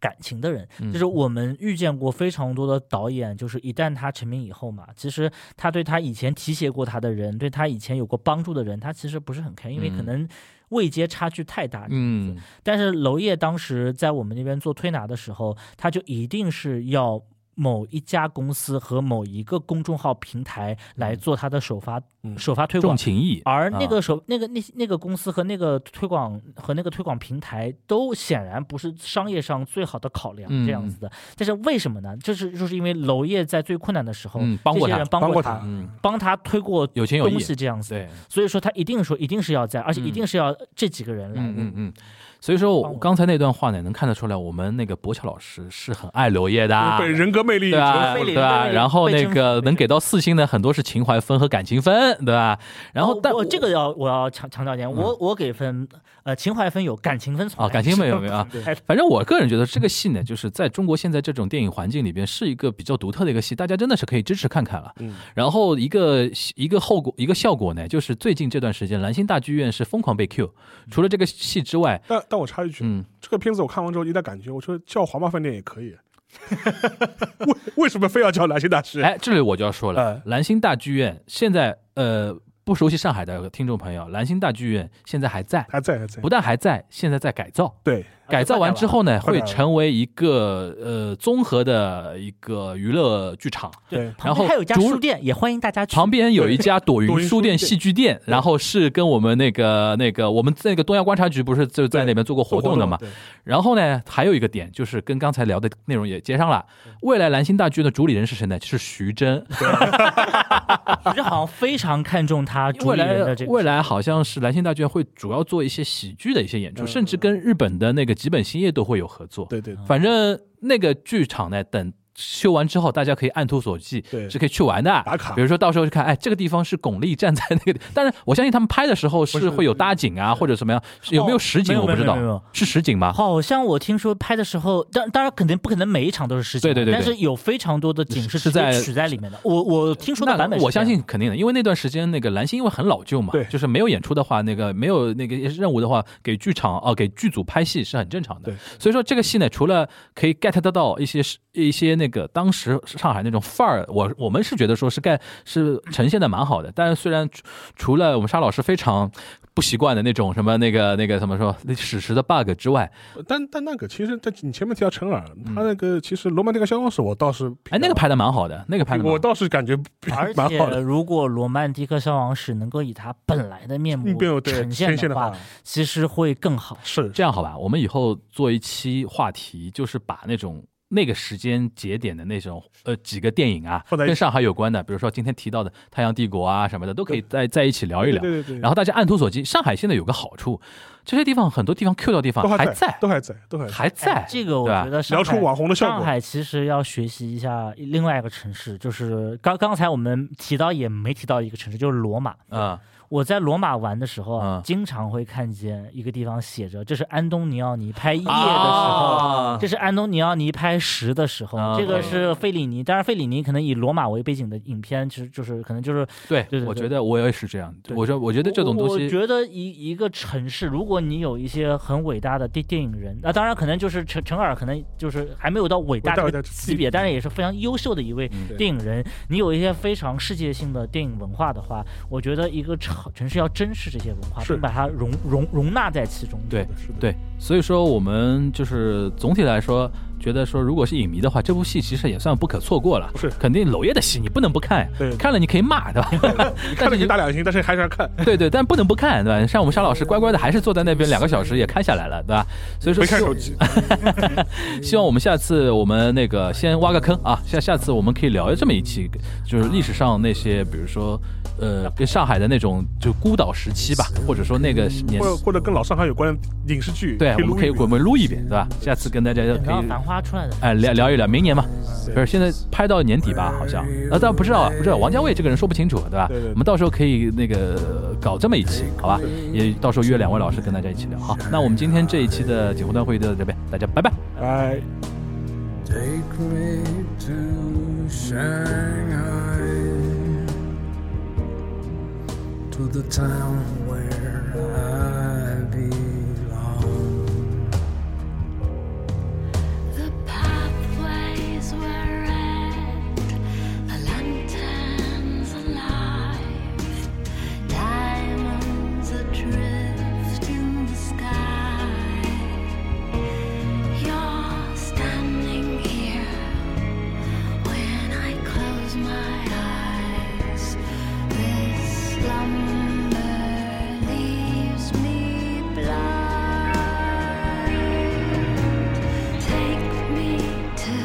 感情的人，
嗯
就是我们遇见过非常多的导演，就是一旦他成名以后嘛，其实他对他以前提携过他的人，对他以前有过帮助的人，他其实不是很 care，因为可
嗯
能位阶差距太大。
嗯，
但是娄烨当时在我们那边做推拿的时候，他就一定是要某一家公司和某一个公众号平台来做他的首发、
嗯
首发推
重
广。
情义。
而那
啊
个首、那个那那个公司和那个推广和那个推广平台都显然不是商业上最好的考量，
嗯
这样子的。但是为什么呢？就是就是因为娄烨在最困难的时候，
嗯帮过
这
他
些人帮
帮过
他，
嗯，
帮他推过
有情有
东
义。
西这样子。
对，
所以说他一定说一定是要在，而且一
嗯
定是要这几个人来。
嗯嗯嗯。所以说
帮
我
我
刚才那段话呢，能看得出来，我们那个博乔老师是很爱娄烨的啊，
被人格魅力
对吧？
折
被
对
领
吧？
被
然后
被
那
征服
个能
被征
给到四星的很多是情怀分和感情分，对吧？然后
哦
但
我这个要我要强强调一点，我我给分呃情怀分有，感情分从
啊，
来
感
不
情
是
分有没有 啊？
分开的
反正我个人觉得这个戏呢，就是在中国现在这种电影环境里边，是一个比较独特的一个戏，大家真的是可以支持看看了。
嗯
然后一个一个后果一个效果呢，就是最近这段时间兰心大剧院是疯狂被 Q，除了
嗯
这个戏之外，
但但我插一句，
嗯，
这个片子我看完之后一带感觉，我觉得叫黄毛饭店也可以， 为为什么非要叫蓝星大师？
哎，这里我就要说了
哎，
兰心大剧院现在呃不熟悉上海的听众朋友，兰心大剧院现在还在，
还在还在
不，但还在，现在在改造。
对，
改造完之后呢，会
快点了
成为一个呃综合的一个娱乐剧场，
对，
然
旁
后
边还有一家
主
书店，也欢迎大家去。
旁边有一家朵云
朵云
书店
书店
戏剧店，然后是跟我们那个那个我们在那个东亚观察局不是就在那边做过活动的嘛。
对
然后呢，还有一个点就是跟刚才聊的内容也接上了，
嗯
未来蓝星大剧的主理人是谁呢？是徐峥。
我觉得好像非常看重他主
未
理
来
人的这 个
未来好像是蓝星大剧会主要做一些喜剧的一些演出，甚至跟日本的那个吉本兴业都会有合作。
嗯对对对
反正那个剧场呢，等修完之后，大家可以按图索骥，
对
是可以去玩的。
打卡
比如说到时候就看，哎，这个地方是巩俐站在那个地，但是我相信他们拍的时候是会有搭景啊，或者怎么样，是有没有实景
哦没
我
有
不知道
没有没有没有，
是实景吗？
好像我听说拍的时候，当当然肯定不可能每一场都是实景的，
对对对对
但是有非常多的景
是
直
是在
接取在里面的。我我听说的版
那
本是
我
这样
相信肯定的，因为那段时间那个蓝星因为很老旧嘛，
对
就是没有演出的话，那个没有那个任务的话，给剧场哦、给剧组拍戏是很正常的
对。
所以说这个戏呢，除了可以 get 得到一些一些那个当时上海那种范儿，我我们是觉得说是盖是呈现的蛮好的，但是虽然除除了我们沙老师非常。不习惯的那种什么那个那个怎么说史实的 bug 之外，
但但那个其实，在你前面提到陈耳，他那个其实《罗曼蒂克消亡史》，我倒是
嗯哎，那个拍的蛮好的，那个拍的
我倒是感觉
而
蛮好
且，
的。
如果罗曼蒂克消亡史能够以他本来的面目
嗯并没有对
呈
现
现的
话
话，，其实会更好。
是
这样好吧，我们以后做一期话题，就是把那种那个时间节点的那种呃几个电影啊，
放在一起
跟上海有关的，比如说今天提到的《太阳帝国》啊什么的，都可以在在一起聊一
对
聊。
对对对，
然后大家按图索骥，上海现在有个好处，这些地方很多地方 Q 到地方
都还
还在，
都还在，都还在。
还在
哎，这个我
对吧
觉得上
聊出
海
网红的效
上
果，
海其实要学习一下另外一个城市，就是刚刚才我们提到也没提到一个城市，就是罗马。
嗯
我在罗马玩的时候啊，
嗯
经常会看见一个地方写着，这是安东尼奥尼拍《夜》的时候，
啊
这是安东尼奥尼拍《十》的时候，
啊
这个是费里尼。当然，费里尼可能以罗马为背景的影片，其实就是可能就是
对
对对
我
对
觉得我也是这样，
对
我说我觉得这种
我
东
我
西
觉得一一个城市，如果你有一些很伟大的电电影人，啊那当然可能就是陈陈耳，可能就是还没有到伟大
伟大
这
伟大
个级别，但是也是非常优秀的一位
嗯
对
电影人。你有一些非常世界性的电影文化的话，我觉得一个城城市要珍视这些文化，
是
并把它容容容纳在其中。
对
是的
对，所以说我们就是总体来说，觉得说如果是影迷的话，这部戏其实也算不可错过了。
是
肯定娄烨的戏你不能不看，
对
看了你可以骂，对 吧？但
看了
是
你
你
打两星，但是还是要看，
对对，但不能不看，对吧？像我们沙老师乖乖的，还是坐在那边两个小时也看下来了，对吧？所以说
没看
希
手
望
机。
希望我们下次我们那个先挖个坑啊，下下次我们可以聊这么一期，就是历史上那些，比如说呃，跟上海的那种就孤岛时期吧，或者说那个年
或。者或者跟老上海有关的影视剧，
对，我们
录
可以
一
我
录
们撸一遍，对吧？下次跟大家
等
可
到
以
《繁花》出来的时候。
哎，聊聊一聊，明年嘛，不是现在拍到年底吧，好像，呃，但不知道啊，不知道，王家卫这个人说不清楚，对吧？
对对对
我们到时候可以那个呃搞这么一期，好吧？也到时候约两位老师跟大家一起聊，好，那我们今天这一期的锦湖端会议就到这边，大家拜拜。
哎。
Take me to Shanghai, to the town where I belong.
The pathways were red, the lanterns alive, diamonds adrift in the sky. You're standing here when I close my eyes. This slumber leaves me blind. Take me to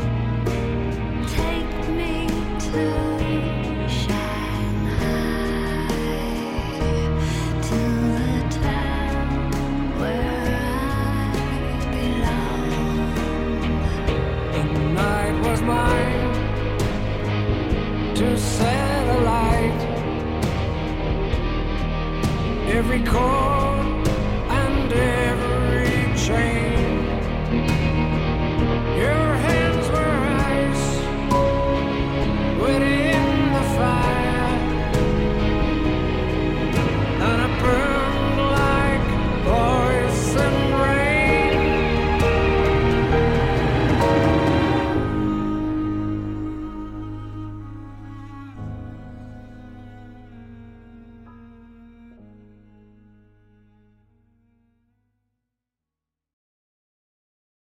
Shanghai. Take me to Shanghai, to the town where I belong.
The night was mine to say